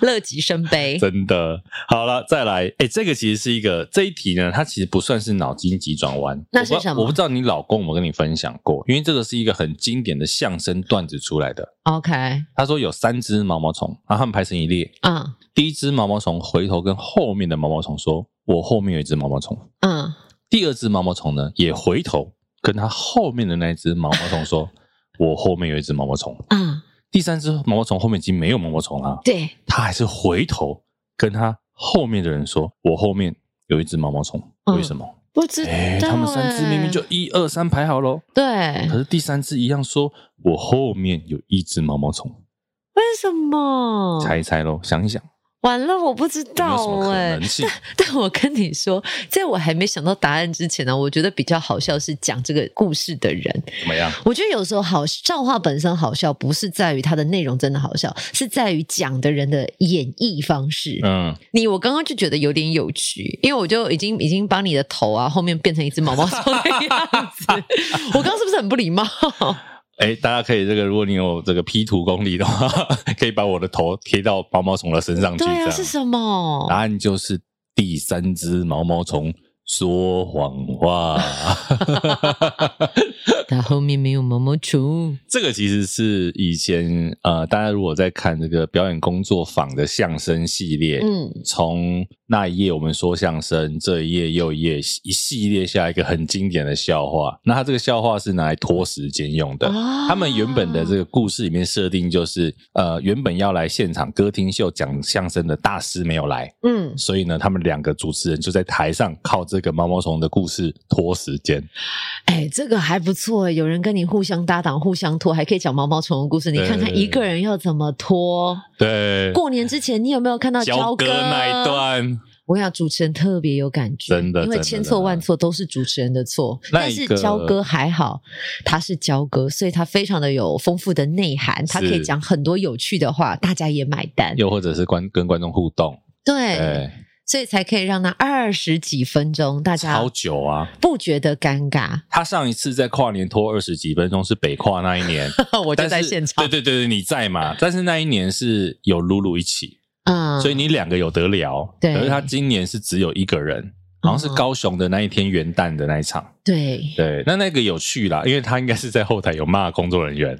乐极生 悲。
真的。好了，再来，哎，这个其实是一个这一题呢，它其实不算是脑筋急转弯，
那是
我不
什么
我不知道你老公有没有跟你分享过，因为这个是一个很经典的相声段子出来的。
OK，
他说有三只毛毛虫，然后他们排成一列，
嗯
第一只毛毛虫回头跟后面的毛毛虫说：“我后面有一只毛毛虫。”
嗯，
第二只毛毛虫呢也回头跟它后面的那一只毛毛虫说：“我后面有一只毛毛虫。
嗯，”
第三只毛毛虫后面已经没有毛毛虫了，
对，
他还是回头跟他后面的人说：“我后面有一只毛毛虫，
嗯
为什么
不知？”道、嗯
哎、他们三只明明就
哎
一二三排好喽，
对
可，是第三只一样说：“我后面有一只毛毛虫。
为什么？
猜一猜喽，想一想，
完了，我不知
有没有什
道
么可
哎、
能性？
但我跟你说，在我还没想到答案之前呢，我觉得比较好笑是讲这个故事的人。
怎么样？
我觉得有时候好笑话本身好笑，不是在于它的内容真的好笑，是在于讲的人的演绎方式。
嗯，
你我刚刚就觉得有点有趣，因为我就已经已经把你的头啊后面变成一只毛毛虫的样子。我刚刚是不是很不礼貌？
哎，大家可以这个，如果你有这个 P 图功力的话， 可以把我的头贴到毛毛虫的身上去。
对啊，
这
是
样
什么
答？案就是第三只毛毛虫说谎话。
它后面没有毛毛虫。
这个其实是以前呃，大家如果在看这个表演工作坊的相声系列，
嗯
从那一页我们说相声，这一页又一页一系列下一个很经典的笑话。那它这个笑话是拿来拖时间用的。
啊
他们原本的这个故事里面设定就是，呃，原本要来现场歌厅秀讲相声的大师没有来，
嗯，
所以呢，他们两个主持人就在台上靠这个毛毛虫的故事拖时间。
哎，这个还不错，有人跟你互相搭档、互相拖，还可以讲毛毛虫的故事。你
对
看看一个人要怎么拖。
对，
过年之前，你有没有看到
交
哥
割那一段。
我跟你讲，主持人特别有感觉，
真的
因为
真的
千错万错都是主持人的错。
那
但
一
是
个
焦哥还好，他是焦哥，所以他非常的有丰富的内涵，他可以
是
讲很多有趣的话，大家也买单。
又或者是观跟观众互动，哎
对，
对，
所以才可以让那二十几分钟大家
超久啊！
不觉得尴尬。
他上一次在跨年拖二十几分钟是北跨那一年，
我就
但
在
是
现场
对，对对对，你在嘛？但是那一年是有露露一起，
嗯，
所以你两个有得聊。
对嗯
可是他今年是只有一个人，好像是高雄的那一天元旦的那一场。
对，
对，那那个有趣啦，因为他应该是在后台有骂工作人员。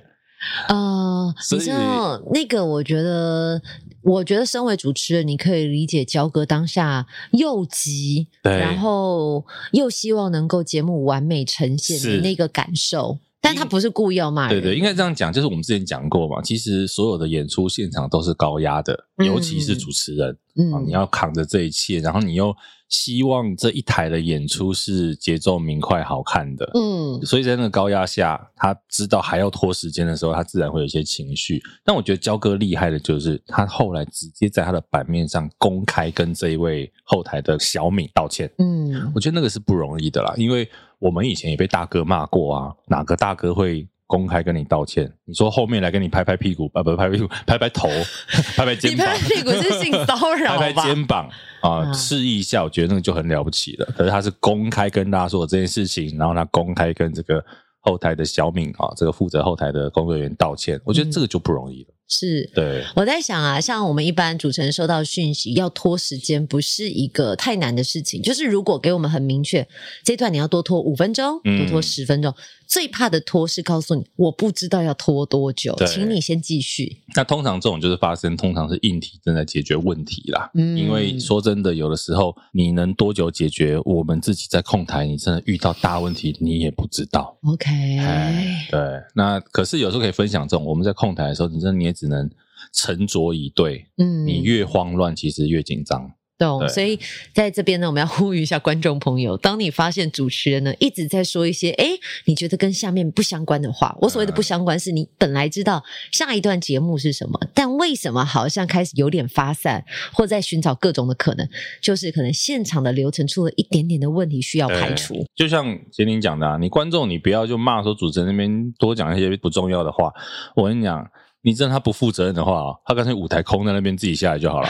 呃，你
所以
知道那个，我觉得，我觉得身为主持人，你可以理解焦哥当下又急，
对
然后又希望能够节目完美呈现的
是
那个感受，但他不是故意要骂
对
人，
对，应该这样讲，就是我们之前讲过嘛，其实所有的演出现场都是高压的，
嗯
尤其是主持人。啊，
嗯，
你要扛着这一切，然后你又希望这一台的演出是节奏明快、好看的。
嗯，
所以在那个高压下，他知道还要拖时间的时候，他自然会有一些情绪。但我觉得焦哥厉害的就是，他后来直接在他的版面上公开跟这一位后台的小敏道歉。
嗯，
我觉得那个是不容易的啦，因为我们以前也被大哥骂过啊，哪个大哥会公开跟你道歉？你说后面来跟你拍拍屁股，啊不拍屁股，拍拍头， 拍拍
你
肩膀，
拍屁股是性骚 扰
拍拍
吧？
肩膀
啊
啊，示意一下，我觉得那个就很了不起了。可是他是公开跟大家说这件事情，然后他公开
嗯
跟这个后台的小敏啊，这个负责后台的工作人员道歉，我觉得这个就不容易了。
是。
对，
我在想啊，像我们一般主持人收到讯息要拖时间，不是一个太难的事情。就是如果给我们很明确，这段你要多拖五分钟，
嗯
多拖十分钟。最怕的拖是告诉你我不知道要拖多久，
对
请你先继续。
那通常这种就是发生，通常是硬体正在解决问题啦。
嗯
因为说真的，有的时候你能多久解决，我们自己在控台，你真的遇到大问题，你也不知道。
OK，
哎，对，那可是有时候可以分享这种，我们在控台的时候，你真的你也只能沉着以对。
嗯
你越慌乱，其实越紧张。
懂，
对
所以在这边呢，我们要呼吁一下观众朋友：当你发现主持人呢一直在说一些诶你觉得跟下面不相关的话，我所谓的
嗯
不相关是你本来知道下一段节目是什么，但为什么好像开始有点发散，或在寻找各种的可能，就是可能现场的流程出了一点点的问题需要排除。
就像杰林讲的、啊，你观众你不要就骂说主持人那边多讲一些不重要的话。我跟你讲，你真的他不负责任的话哦，他干脆舞台空在那边自己下来就好了。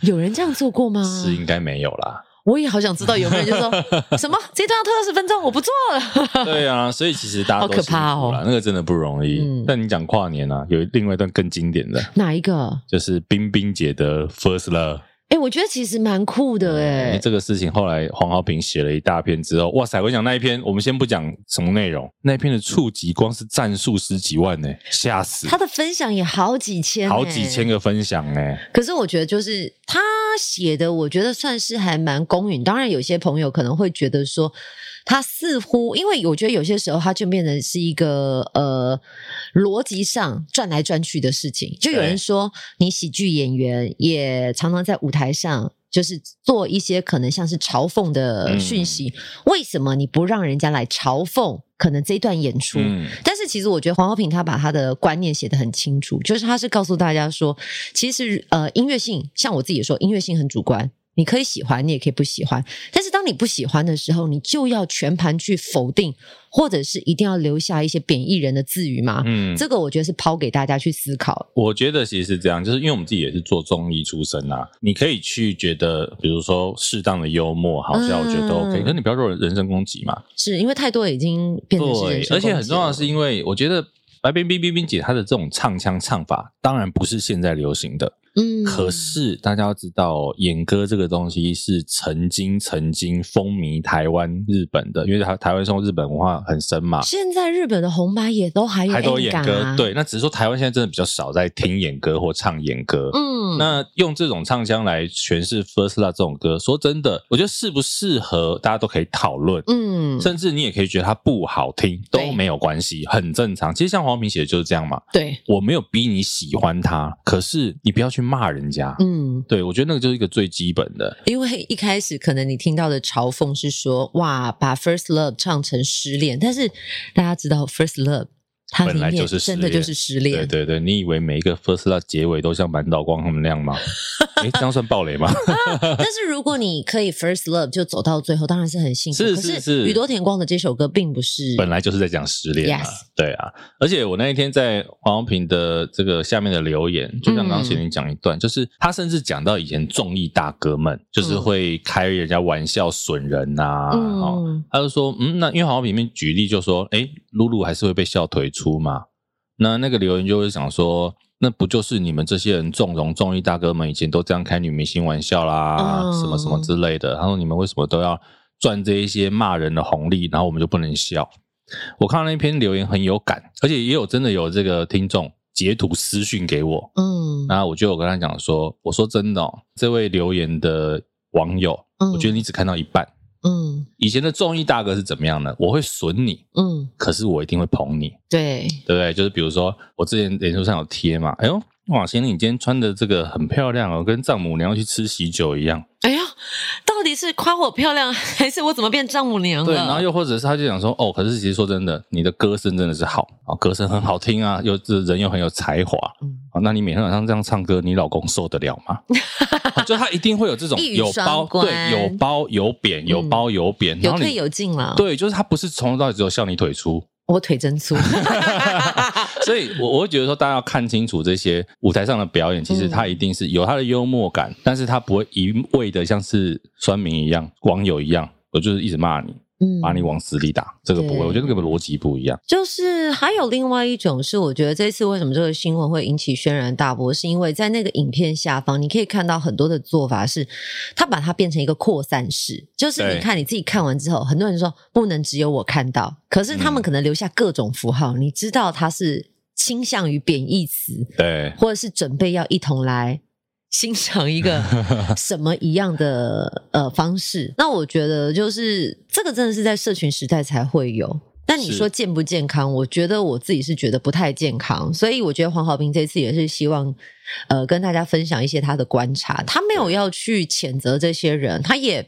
有人这样做过吗？
是应该没有啦。
我也好想知道有没有人就说什么这段要拖二十分钟，我不做了。
对啊，所以其实大家
好
都
可怕
辛苦啦
哦
那个真的不容易。
嗯
但你讲跨年啊，有另外一段更经典的，
哪一个？
就是冰冰姐的 first love。
诶，我觉得其实蛮酷的诶。
因为这个事情后来黄浩平写了一大篇之后，哇塞！我讲那一篇，我们先不讲什么内容，那一篇的触及光是战术十几万呢、吓死！
他的分享也好几千、
好几千
个。
个分享呢、
可是我觉得，就是他写的，我觉得算是还蛮公允。当然，有些朋友可能会觉得说，他似乎因为我觉得有些时候他就变成是一个呃逻辑上转来转去的事情。就有人说，你喜剧演员也常常在舞台上。就是做一些可能像是嘲讽的
嗯
讯息，为什么你不让人家来嘲讽？可能这一段演出，
嗯，
但是其实我觉得黄浩平他把他的观念写得很清楚，就是他是告诉大家说，其实呃音乐性，像我自己也说，音乐性很主观，你可以喜欢，你也可以不喜欢。但是当你不喜欢的时候，你就要全盘去否定，或者是一定要留下一些贬义人的字语吗？
嗯
这个我觉得是抛给大家去思考。
我觉得其实是这样，就是因为我们自己也是做综艺出身啊，你可以去觉得，比如说适当的幽默、好笑，
嗯
我觉得 OK，、可是你不要做人身攻击嘛。
是因为太多已经变成是人
对，
身
而且
攻
很
击
重要
了
的是，因为我觉得白冰冰冰冰姐她的这种唱腔唱法，当然不是现在流行的，
嗯，
可是大家要知道，哦演歌这个东西是曾经曾经风靡台湾、日本的，因为台台湾受日本文化很深嘛，
现在日本的红白也都还有
还都
N
演
感
歌
啊。，
对，那只是说台湾现在真的比较少在听演歌或唱演歌。
嗯，
那用这种唱腔来诠释《First Love》这种歌，说真的，我觉得适不适合大家都可以讨论，
嗯，
甚至你也可以觉得它不好听
对
都没有关系，很正常。其实像黄平写的就是这样嘛，
对，
我没有逼你喜欢他，可是你不要去骂人家。
嗯。
对，我觉得那个就是一个最基本的。
因为一开始可能你听到的嘲讽是说，哇，把 first love 唱成失恋，但是大家知道 first love 它里
本来
面
就是失
真
恋
的就是失
对
恋，
对对，你以为每一个 first love 结尾都像满岛光他们那 样吗？诶，这样算暴雷吗？
但是如果你可以 first love 就走到最后，当然是很幸福。
是
可
是
是
是
宇多田光的这首歌并不是
本来就是在讲失恋啊
Yes
对啊。而且我那一天在黄宏平的这个下面的留言，就像刚
嗯
刚前面讲一段，就是他甚至讲到以前综艺大哥们，就是会开人家玩笑损人啊，哦，
嗯嗯，
他就说，嗯，那因为好像里面举例就说，诶，露露还是会被笑腿粗嘛。那那个留言就会想说，那不就是你们这些人纵容综艺大哥们以前都这样开女明星玩笑啦，
嗯
什么什么之类的。他说你们为什么都要赚这一些骂人的红利，然后我们就不能笑？我看到那篇留言很有感，而且也有真的有这个听众截图私讯给我，
嗯，
那我就有跟他讲说，我说真的、哦，这位留言的网友，
嗯
我觉得你只看到一半。
嗯
以前的综艺大哥是怎么样呢？我会损你，
嗯，
可是我一定会捧你，
对，
对不对？就是比如说，我之前脸书上有贴嘛，哎呦，哇，贤玲，你今天穿的这个很漂亮哦，跟丈母娘去吃喜酒一样。
哎呀，到底是夸我漂亮，还是我怎么变丈母娘了？
对，然后又或者是他就讲说，哦，可是其实说真的，你的歌声真的是好啊、哦，歌声很好听啊，又这人又很有才华啊、
嗯
哦那你每天晚上这样唱歌，你老公受得了 吗？哦就他一定会有这种
一语
有
双
褒
关
对有褒有贬，有
嗯
褒有贬，然
有
后
退
你
有进了，
对，就是他不是从头到尾只有笑你腿粗，
我腿真 粗，
所以我我会觉得说，大家要看清楚这些舞台上的表演，其实他一定是有他的幽默感，但是他不会一味的像是酸民一样、网友一样，我就是一直骂你。
嗯
把你往死里打，这个不会，
对
我觉得这个逻辑不一样。
就是还有另外一种是，我觉得这次为什么这个新闻会引起轩然大波，是因为在那个影片下方，你可以看到很多的做法是，他把它变成一个扩散式，就是你
对
看你自己看完之后，很多人说不能只有我看到，可是他们
嗯
可能留下各种符号，你知道他是倾向于贬义词，
对，
或者是准备要一同来欣赏一 个什么一样的呃方式。那我觉得就是这个真的是在社群时代才会有。但你
是
说健不健康？我觉得我自己是觉得不太健康，所以我觉得黄好斌这次也是希望，呃，跟大家分享一些他的观察。他没有要去谴责这些人，他也，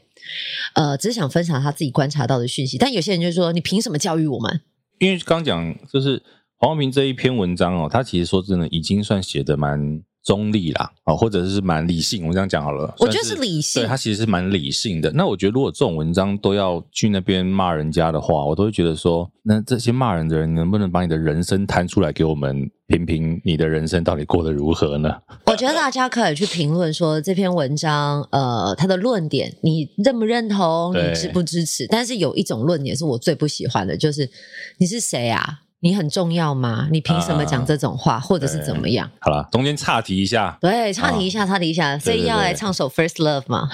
呃，只是想分享他自己观察到的讯息。但有些人就说：“你凭什么教育我们
因为刚讲就是黄浩平这一篇文章哦，他其实说真的已经算写的蛮中立啦，啊、或者是蛮理性。我这样讲好了，
我觉得
算
是理性
对他其实是蛮理性的。那我觉得如果这种文章都要去那边骂人家的话，我都会觉得说，那这些骂人的人能不能把你的人生摊出来给我们评评，你的人生到底过得如何呢？？”
我觉得大家可以去评论说这篇文章，呃，它的论点你认不认同，
对
你支不支持？但是有一种论点是我最不喜欢的，就是你是谁啊？你很重要吗？你凭什么讲这种
啊
话，或者是怎么样？，
好啦，中间岔题一下
对，插题一下，插题一下，所以
对
要来
啊对
唱首《First Love》嘛，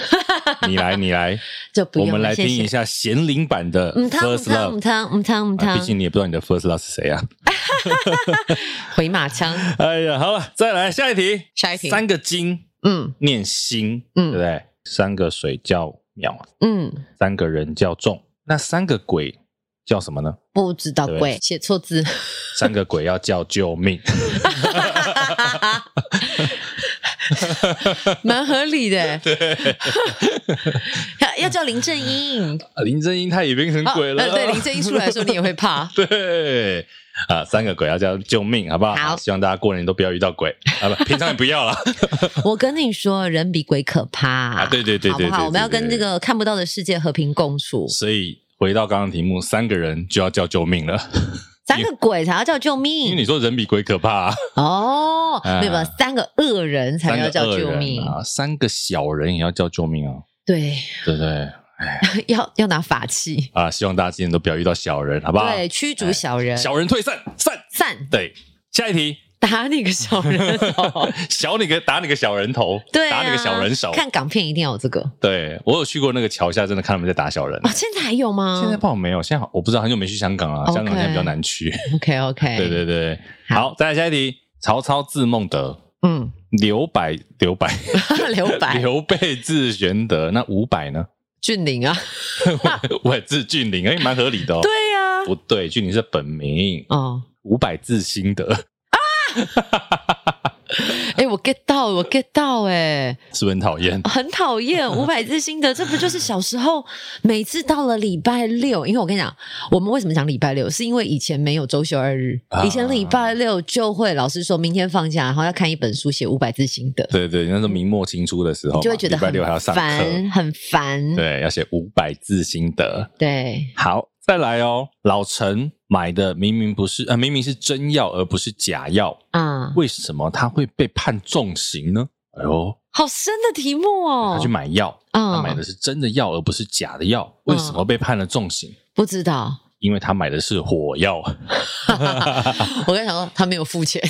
你来，你来，
就不
我
用了。
们来听
谢谢
一。下贤玲版的
嗯，汤
First
汤嗯
Love。
汤嗯汤嗯
啊毕
汤，
竟你也不知道你的 first love 是谁啊。
回马枪。
哎呀，好了，再来下一题。
下一题
三个金
嗯
念心，
嗯
对不对？三个水叫淼，
嗯，
三个人叫众，那三个鬼叫什么呢？
不知道
对
鬼写错字。
三个鬼要叫救命，
蛮合理的。对，要叫林正 英。
啊林正英他也变成鬼了。。
啊呃对，林正英出来的时候你也会怕
对啊，三个鬼要叫救命，好不好？
好
希望大家过年都不要遇到鬼啊，不， 平常也不要了。
我跟你说，人比鬼可怕。
啊对对对
好
对
不好？
对对
我们要跟这个看不到的世界和平共处。
所以回到刚刚的题目，三个人就要叫救 命了，
三个鬼才要叫救
因为
命
你说人比鬼可怕、啊，
哦，
啊
没有没有，三个恶人才
三
要
个
叫
恶
救
人
命。
啊，三个小人也要叫救命啊，
对，
对不对？
要要拿法器。
啊，希望大家今年都不要遇到小人，好不好？
对，驱逐小人，
哎小人退散，散。
散
对，下一题，
打你个小人头。
小你个打你个小人头，
哦对啊，
打你个小人手。
看港片一定要有这个
对我有去过那个桥下，真的看他们在打小人。
啊，现在还有吗？
现在不好没有，现在好我不知道，很久没去香港了，
OK
香港现在比较难去。
OK OK，
对对对，
好
好，再来下一题，曹操字孟德，
嗯，
刘百刘百
留白
刘备字玄德，那五 百呢？
俊霖啊，
我字俊霖，哎，蛮合理的哦。
对呀、
不对，俊霖是本名，
哦，
五百字心得，
哎、我 get 到，我 get 到、哎，
是不是很讨厌？
很讨 厌五百字心得，这不就是小时候每次到了礼拜六？因为我跟你讲，我们为什么讲礼拜六，是因为以前没有周休二日，
啊
以前礼拜六就会老师说明天放假，然后要看一本书，写五百字心得，
对对，那时候明末清初的时候嘛，
就会觉得
哦礼拜
很
六还要上
烦，
课，
很烦，
对，要写五百字心得。
对
好，再来哦。老陈买的明明不是，呃，明明是真药而不是假药，
啊、
为什么他会被判重刑呢？哎呦，
好深的题目哦
他去，买药，他
啊
买的是真的药而不是假的
哦
药，为什么被判了重刑？
不知道，
因为他买的是火药，
我刚想说他没有付 钱，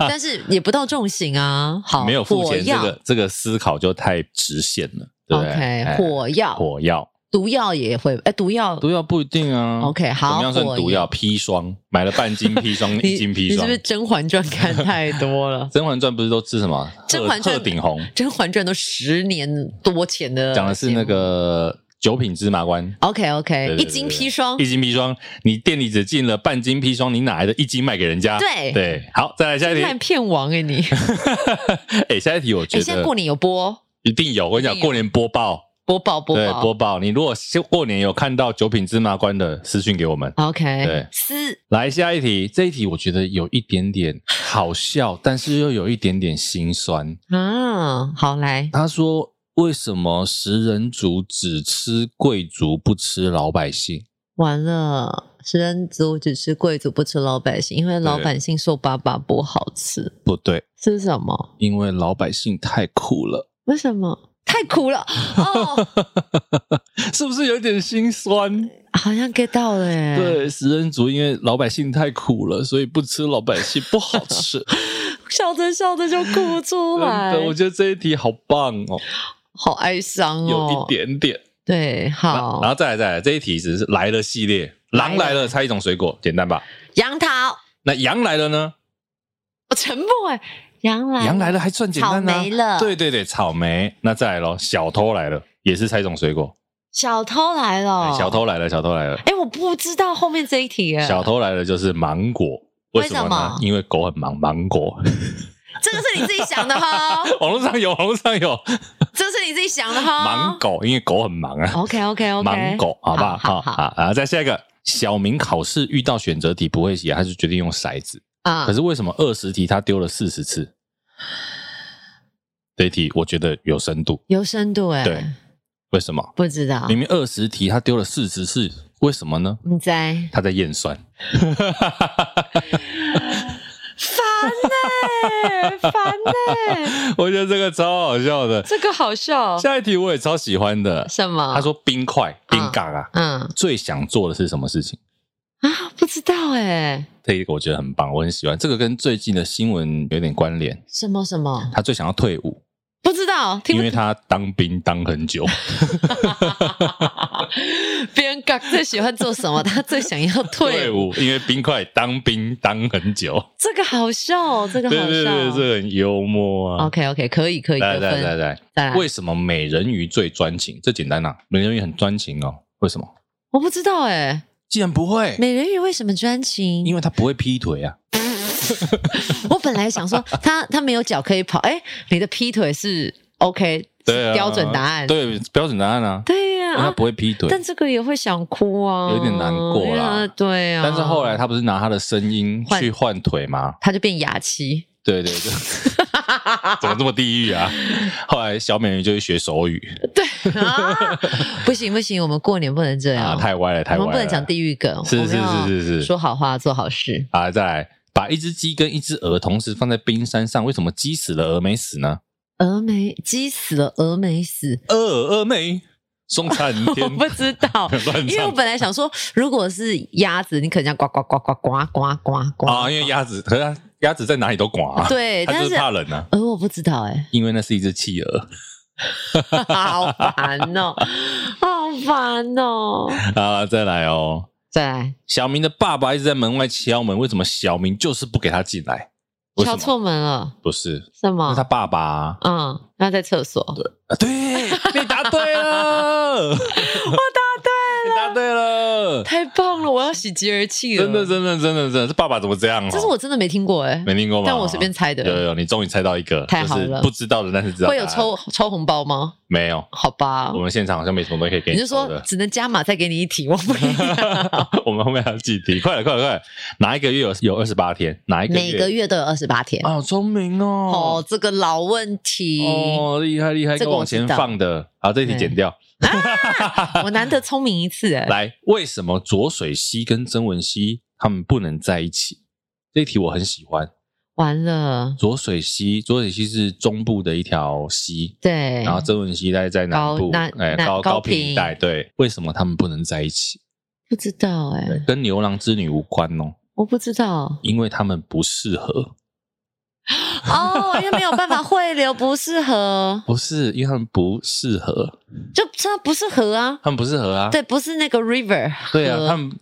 但是也不到重刑啊。好，
没有付
火
钱，这
药
个这个思考就太直线了，对不对
OK，
哎
火药、
火药，
毒药也会，哎，毒药。
毒药不一定啊。
OK，好
怎么样算毒
火药
药？砒霜，买了 半斤砒霜，
你
一斤
你
砒
是
霜？
不。是《甄嬛传》看太多了
甄嬛传不是都吃什么？
甄
鹤
嬛传
鹤顶红，
《甄嬛传》都十年多前的，
讲的是那。个九品芝麻官。
OK
对
OK，
对对
哎一斤砒霜
一，斤砒霜，你店里只进了半斤砒霜，你哪来的一斤卖给人家？
对
对，好，再来下一
烂
题。
片王哎你！
哎，下一题我
哎，
觉
现在过
得
年有播
一定有，我跟
一
你讲，
定有
过年播报，
播报播
对，
报
播报。你如果过年有看到九品芝麻官的，私讯给我们。
OK
对
撕
来下一题，这一题我觉得有一点点好笑，但是又有一点点心酸。
啊，好来
他说：“为什么食人族只吃贵族，不吃老百姓
完了，食人族只吃贵族不吃老百姓，因为老百姓瘦巴巴不好吃，？”
不对，
是什么？
因为老百姓太苦了。
为什么？太苦了哦，
是不是有点心酸？
好像 get 到了耶。，
对，食人族因为老百姓太苦了，所以不吃老百姓不好 吃。
笑着笑着就 哭出
真
来
嗯的，，我觉得这一题好棒哦，
好哀伤哦，
有一点啊点。
对，好
然，后再来再来，这一题只是来了系列，狼来
来
了
了
猜一种水果，简单吧？
杨桃，
那羊来了呢？
我沉默哎，杨来，
羊来了还算简单呢、啊
草莓了
对对对，草莓。那再来咯，小偷来了也是猜一种水果。
小偷来了，
哎小，偷来了，小偷来了，
哎，我不知道后面这一题哎，
小偷来了就是芒果。为什么
为什
呢
么？
因为狗很忙，芒果。
这个是你自己想的哈，
网络上有，网络上有
这是你自己想的哈，
芒狗，因为狗很忙啊。
，OK 啊哦 OK OK，
芒狗，好不好？
好好
好啊！再下一个，小明考试遇到选择题不会写，他就决定用骰子。
啊
可，是为什么二十题他丢了四十次？这一题我觉得有深度。
有深度哎，
对，为什么？
不知道
明，明二十题他丢了四十次，为什么呢？
你在
他在验算。
欸 烦嘞，烦嘞，
我觉得这个超好笑的。
这个好笑，
下一题我也超喜欢的。
什么？
他，说冰块、冰嘎啊，
嗯
最想做的是什么事情？
啊，不知道哎，
这一个我觉得很棒，我很喜欢。这个跟最近的新闻有点关联。
什么什么，
他最想要退伍，
不知道，听
因
不
为他当兵当很久。
别人嘎最喜欢做什么？他最想要 退
退
伍，
伍，因为冰块当兵当 很久。
这个好笑哦，这个
对
好
对对，
笑。
这很幽默啊。
OK OK，可以可以
来
得
来来
分。
来，
再来，
为什么美人鱼最专情？这简单啊，美人鱼很专情哦。为什么？
我不知道哎，
既然不会，
美人鱼为什么专情？
因为他不会劈腿啊。
我本来想说他他没有脚可以跑，哎，你的劈腿是 OK，
对啊，
是标准答案。
对，标准答案啊。
对呀
因为他
啊，
不会劈腿，
但这个也会想哭啊，
有点难过啦
因为他对啊，
但是后来他不是拿他的声音
换
去换腿吗？
他就变雅 琪，
对对 对，怎么这么地狱啊？后来小美人鱼就去学手语
啊不行不行，我们过年不能这
啊，
样，
太歪了，太
我们
歪了，
不能讲地狱梗，
是
我
是
们要
是是是
说好话做好事。
啊！再来，把一只鸡跟一只鹅同时放在冰山上，为什么鸡死了鹅没死呢？
峨眉鸡死了，峨眉死，
鹅鹅没，松 产
我
天，
不知道
乱
因为我
唱
本来想说，如果是鸭子，你可能这样呱呱呱呱呱呱呱呱
啊，因为鸭子，可是它鸭子在哪里都刮、啊，，
对，
它
但
就是
是
怕冷啊。
呃，我不知道哎、
因为那是一只企鹅。
好烦哦，好烦 哦。
啊，再来哦。
再来，
小明的爸爸一直在门外敲门，为什么小明就是不给他进来？为什
敲
么
错哦门了，
不是，
什
那
么
是他？爸 爸、啊。
嗯，那在厕所。
啊对，你答 对了，我答对了，你答对了，
太棒了，我要喜极而泣了。
真的，真的，真的，真的，这爸爸怎么这样、哦？
这是我真的没听过哎、
没听过吗？啊
但我随便猜的
有有，你终于猜到一个，
太好了
就是不知道的，但是知道答
会
案
有抽抽红包吗？
没有？
好吧
我，们现场好像没什么东西可以给
你就
抽
说
的。
只能加码再给你一题，我不一样
我们后面还有几题，快了，快了，快了！哪一个月有有二十八天？哪一个
每
月？
个月都有二十八天。
啊，好聪明哦！
哦，这个老问题，
哦，厉害厉害，
这个
跟往
我知
前
道
放的。好，这一题
对
剪掉。
我难得聪明一次哎。
来，为什么左水溪跟曾文溪他们不能在一起？这一题我很喜欢。
完了，
左水溪，左水溪是中部的一条溪，
对，
然后曾文溪在在南
高
部，
那
哎，
那
高
高
高平一
平
带。对，为什么他们不能在一起？
不知道哎、
跟《牛郎织女》无关哦，
我不知 道
因为他们不适合。
哦，因为没有办法汇流，不适合，
不是，因为他们不适合，
就这不是河啊，
他们不适合啊。
对，不是那个 river，
对啊，
合
他们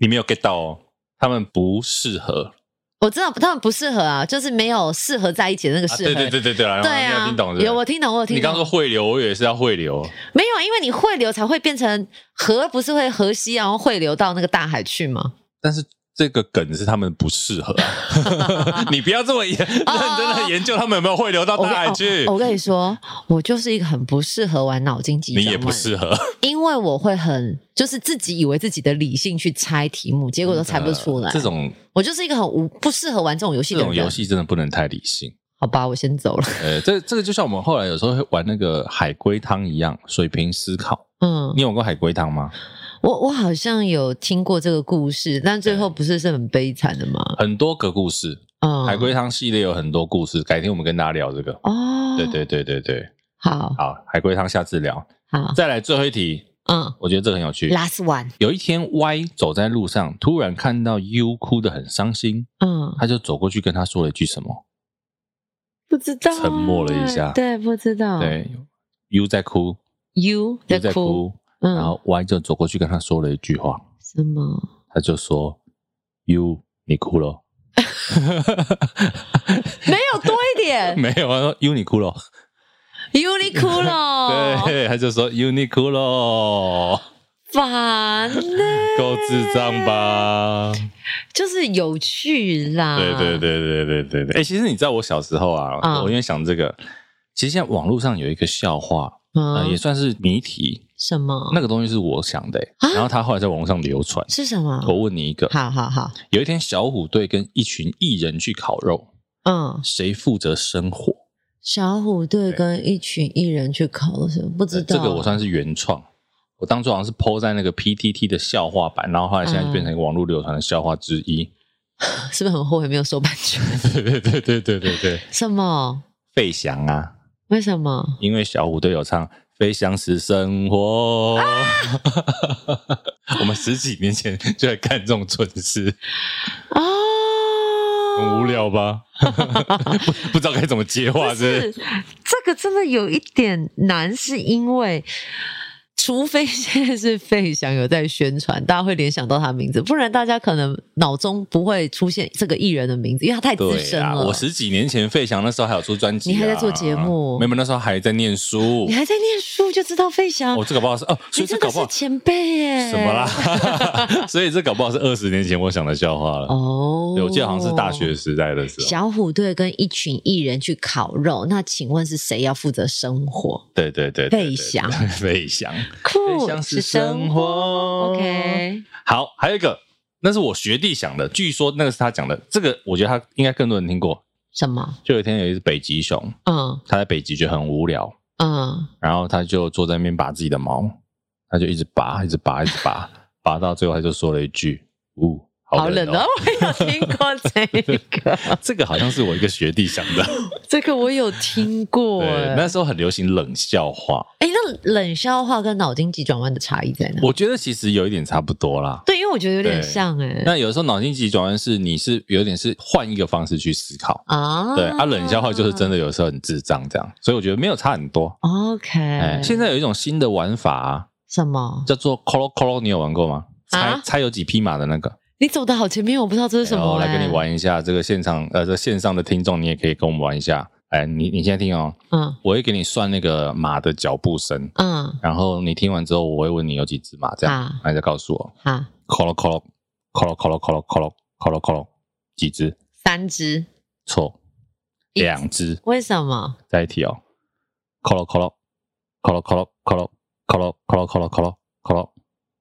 你没有 get 到哦，他们不适合。
我知道他们不适合啊，就是没有适合在一起的那个
啊，
适合。
对对对对对啊，
对
你
啊，
有听懂是不是
有我听懂，我有听懂。
你刚说汇流，我以为是要汇流。
没有？因为你汇流才会变成河，不是会河西，然后汇流到那个大海去吗？
但是这个梗是他们不适合、 啊，你不要这么研认真的研究他们有没有汇流到
我
大
跟
海
哦
去
我，我跟你说，我就是一个很不适合玩脑筋急转
你
弯，
也不适合。
因为我会很就是自己以为自己的理性去猜题目，结果都猜不出来。
嗯 这种
我就是一个很无不适合玩这种游戏
这
的
种
人。
游戏真的不能太理性。
好吧，我先走了。
呃，这这个就像我们后来有时候会玩那个海龟汤一样，水平思考。
嗯
你，有玩过海龟汤吗？
我我好像有听过这个故事，但最后不是是很悲惨的吗？
很多个故事，
嗯，
海龟汤系列有很多故事，改天我们跟大家聊这个。
哦，
对对对对对，
好
好，海龟汤下次聊。
好，
再来最后一题，
嗯
我觉得这个很有趣。
，last one，
有一天，Y 走在路上，突然看到 U 哭得很伤心，
嗯，
他就走过去跟他说了一句什么？
不知道啊，
沉默了一下
对，不知道，
对，U 在哭
，you
，U
嗯在
在
哭，
哭，
嗯，
然后 Y 就走过去跟他说了一句话，
什么？
他就说：“U，你哭了。
没有多一” 点
没有，他说：“U，你哭了。
，you 你哭了，
对，他就说 “U，你哭了。
烦呢，
够智障吧？
嗯就是有趣啦，
对对，对对对对对。哎、其实你知道我小时候啊，
嗯
我因为想这个，其实现在网络上有一个笑话，呃，也
嗯，
算是谜题。
什么？
那个东西是我想的、
哦
欸
啊
然后他后来在网络上流传。
是什么？
我问你一个，
好好好，
有一天小虎队跟一群艺人去烤肉，
嗯，
谁负责生火？
小虎队跟一群艺人去考的时候，不知道
呃这个我算是原创。我当初好像是 PO 在那个 PTT 的笑话版，然后后来现在变成一个网络流传的笑话之一。
是不是很后悔没有收版权？
对对对对对对对，
什么？
费翔啊，
为什么？
因为小虎队有唱《飞翔是生活》
啊
我们十几年前就在干这种蠢事，
啊？
很无 聊吧？不不知道该怎么接话，
不
是
是这个真的有一点难，是因为除非现在是费翔有在宣传，大家会联想到他名字，不然大家可能脑中不会出现这个艺人的名字，因为他太资
对
深
啊，
了。
我十几年前费翔那时候还有出专辑、啊，
你还在做节目
没有，那时候还在念书
你。还在念书就知道费翔，
我、这搞不好是哦，所
你
以这
真的
搞不
是
好
前辈耶！
什么？啦？所以这搞不好是二十年前我想的笑话了。
哦，
对，我记得好像是大学时代的时候。
小虎队跟一群艺人去烤肉，那请问是谁要负责生活？
对对对，对
费翔，
对对费 翔，
酷
费翔是
是生
生活。
活。OK，
好，还有一个，那是我学弟想的，据说那个是他讲的。这个我觉得他应该更多人听过。
什么？
就有一天有一只北极熊，
嗯
它在北极就很无聊，
嗯，
然后它就坐在那边拔自己的毛，它就一直拔，一直拔，一直 拔，拔到最后它就说了一句：“呜、
好
好冷
冷哦！我有听过这个，
这个好像是我一个学弟想的，
这个我有听过
对，
哎。
那时候很流行冷笑话，
哎，那冷笑话跟脑筋急转弯的差异在哪？
我觉得其实有一点差不多啦。
对，因为我觉得有点
对
像哎
那有时候脑筋急转弯是你是有点是换一个方式去思考，
啊，
对啊，冷笑话就是真的有时候很智障这样，所以我觉得没有差很多。哎，
OK。
现在有一种新的玩法、啊、
什么？
叫做 “colo colo”，你有玩过吗？猜、
啊
猜有几匹马的那个，
你走的好前面，我不知道这是什
然后
么。
来跟
哎
你。玩一下。这个现场呃，这线上的听众你也可以跟我们玩一下。哎，你你现在听哦，
嗯
我会给你算那个马的脚步声，
嗯，
然后你听完之后，我会问你有几只马，这样，
好
然后你再告诉我
好，
“colo colo colo colo colo colo colo colo” 几只？
三只，
错，
一只
两只。
为什么？
再一题哦，colo colo colo colo colo colo colo colo colo colo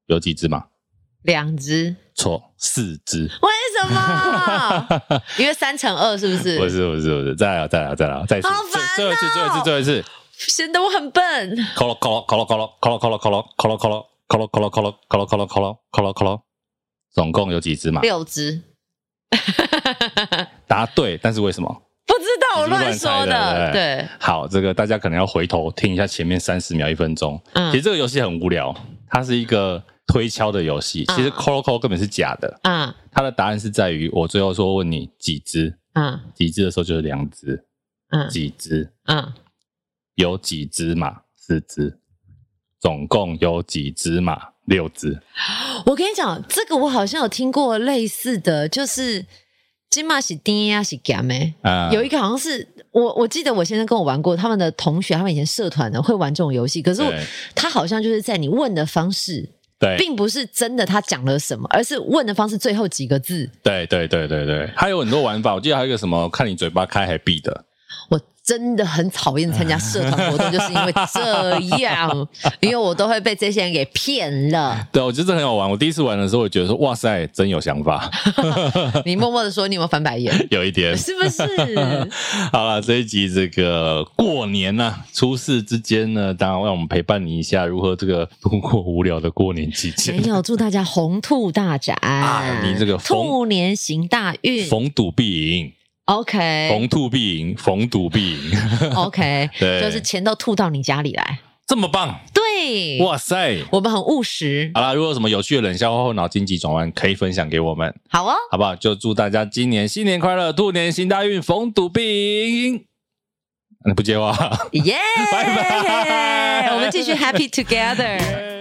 有几只马？
两只，
错，四只。
为什 么？因为三乘二是不是？
不是不是不是，再来再来再来再一次
好烦哦，
最最后一次最后一次最后一次
显得我很笨。
，colo colo colo colo colo colo colo colo colo colo colo colo colo colo colo colo colo，总共有几只马？
六只，
答对，但是为什么？
不知道我
你是不是
乱说
乱猜的哎对不对
对，
好，这个大家可能要回头听一下前面三十秒、一分钟。
嗯
其实这个游戏很无聊，它是一个推敲的游戏。其实
嗯
colo colo 根本是假的，
啊
它的答案是在于我最后说问你几只，
啊
几只的时候就是两只，
啊
几只
啊！
有几只马？四只，总共有几只马？六只。
我跟你讲，这个我好像有听过类似的，就是金马是丁呀是干咩？
啊、
有一个好像是我，我记得我先生跟我玩过，他们的同学，他们以前社团的会玩这种游戏，可是我
对
他好像就是在你问的方式，
对
并不是真的他讲了什么，而是问的方式最后几个字，
对对对对对，还有很多玩法。我记得还有一个什么，看你嘴巴开还闭的。
我真的很讨厌参加社团活动，就是因为这 样，因为我都会被这些人给骗了。
对，我觉得这很好玩。我第一次玩的时候，我觉得说哇塞，真有想法，
你默默的说，你有没有翻白眼？
有一点。
是不是？
好了，这一集这个过年呐、出事之间呢，当然让我们陪伴你一下，如何这个度过无聊的过年期间
没。有，祝大家红兔大展，
啊你这个疯
兔年行大运，
逢赌必赢，
OK
逢兔必赢，逢赌必赢，
OK，
对
就是钱都吐到你家里来。
这么棒！
对，
哇塞！
我们很务实。
好啦，如果有什么有趣的冷笑话或脑筋急转弯，可以分享给我们，
好哦，
好不好？就祝大家今年新年快乐，兔年行大运，逢赌必赢。你不接话？
耶！
拜拜
我们继续 Happy Together。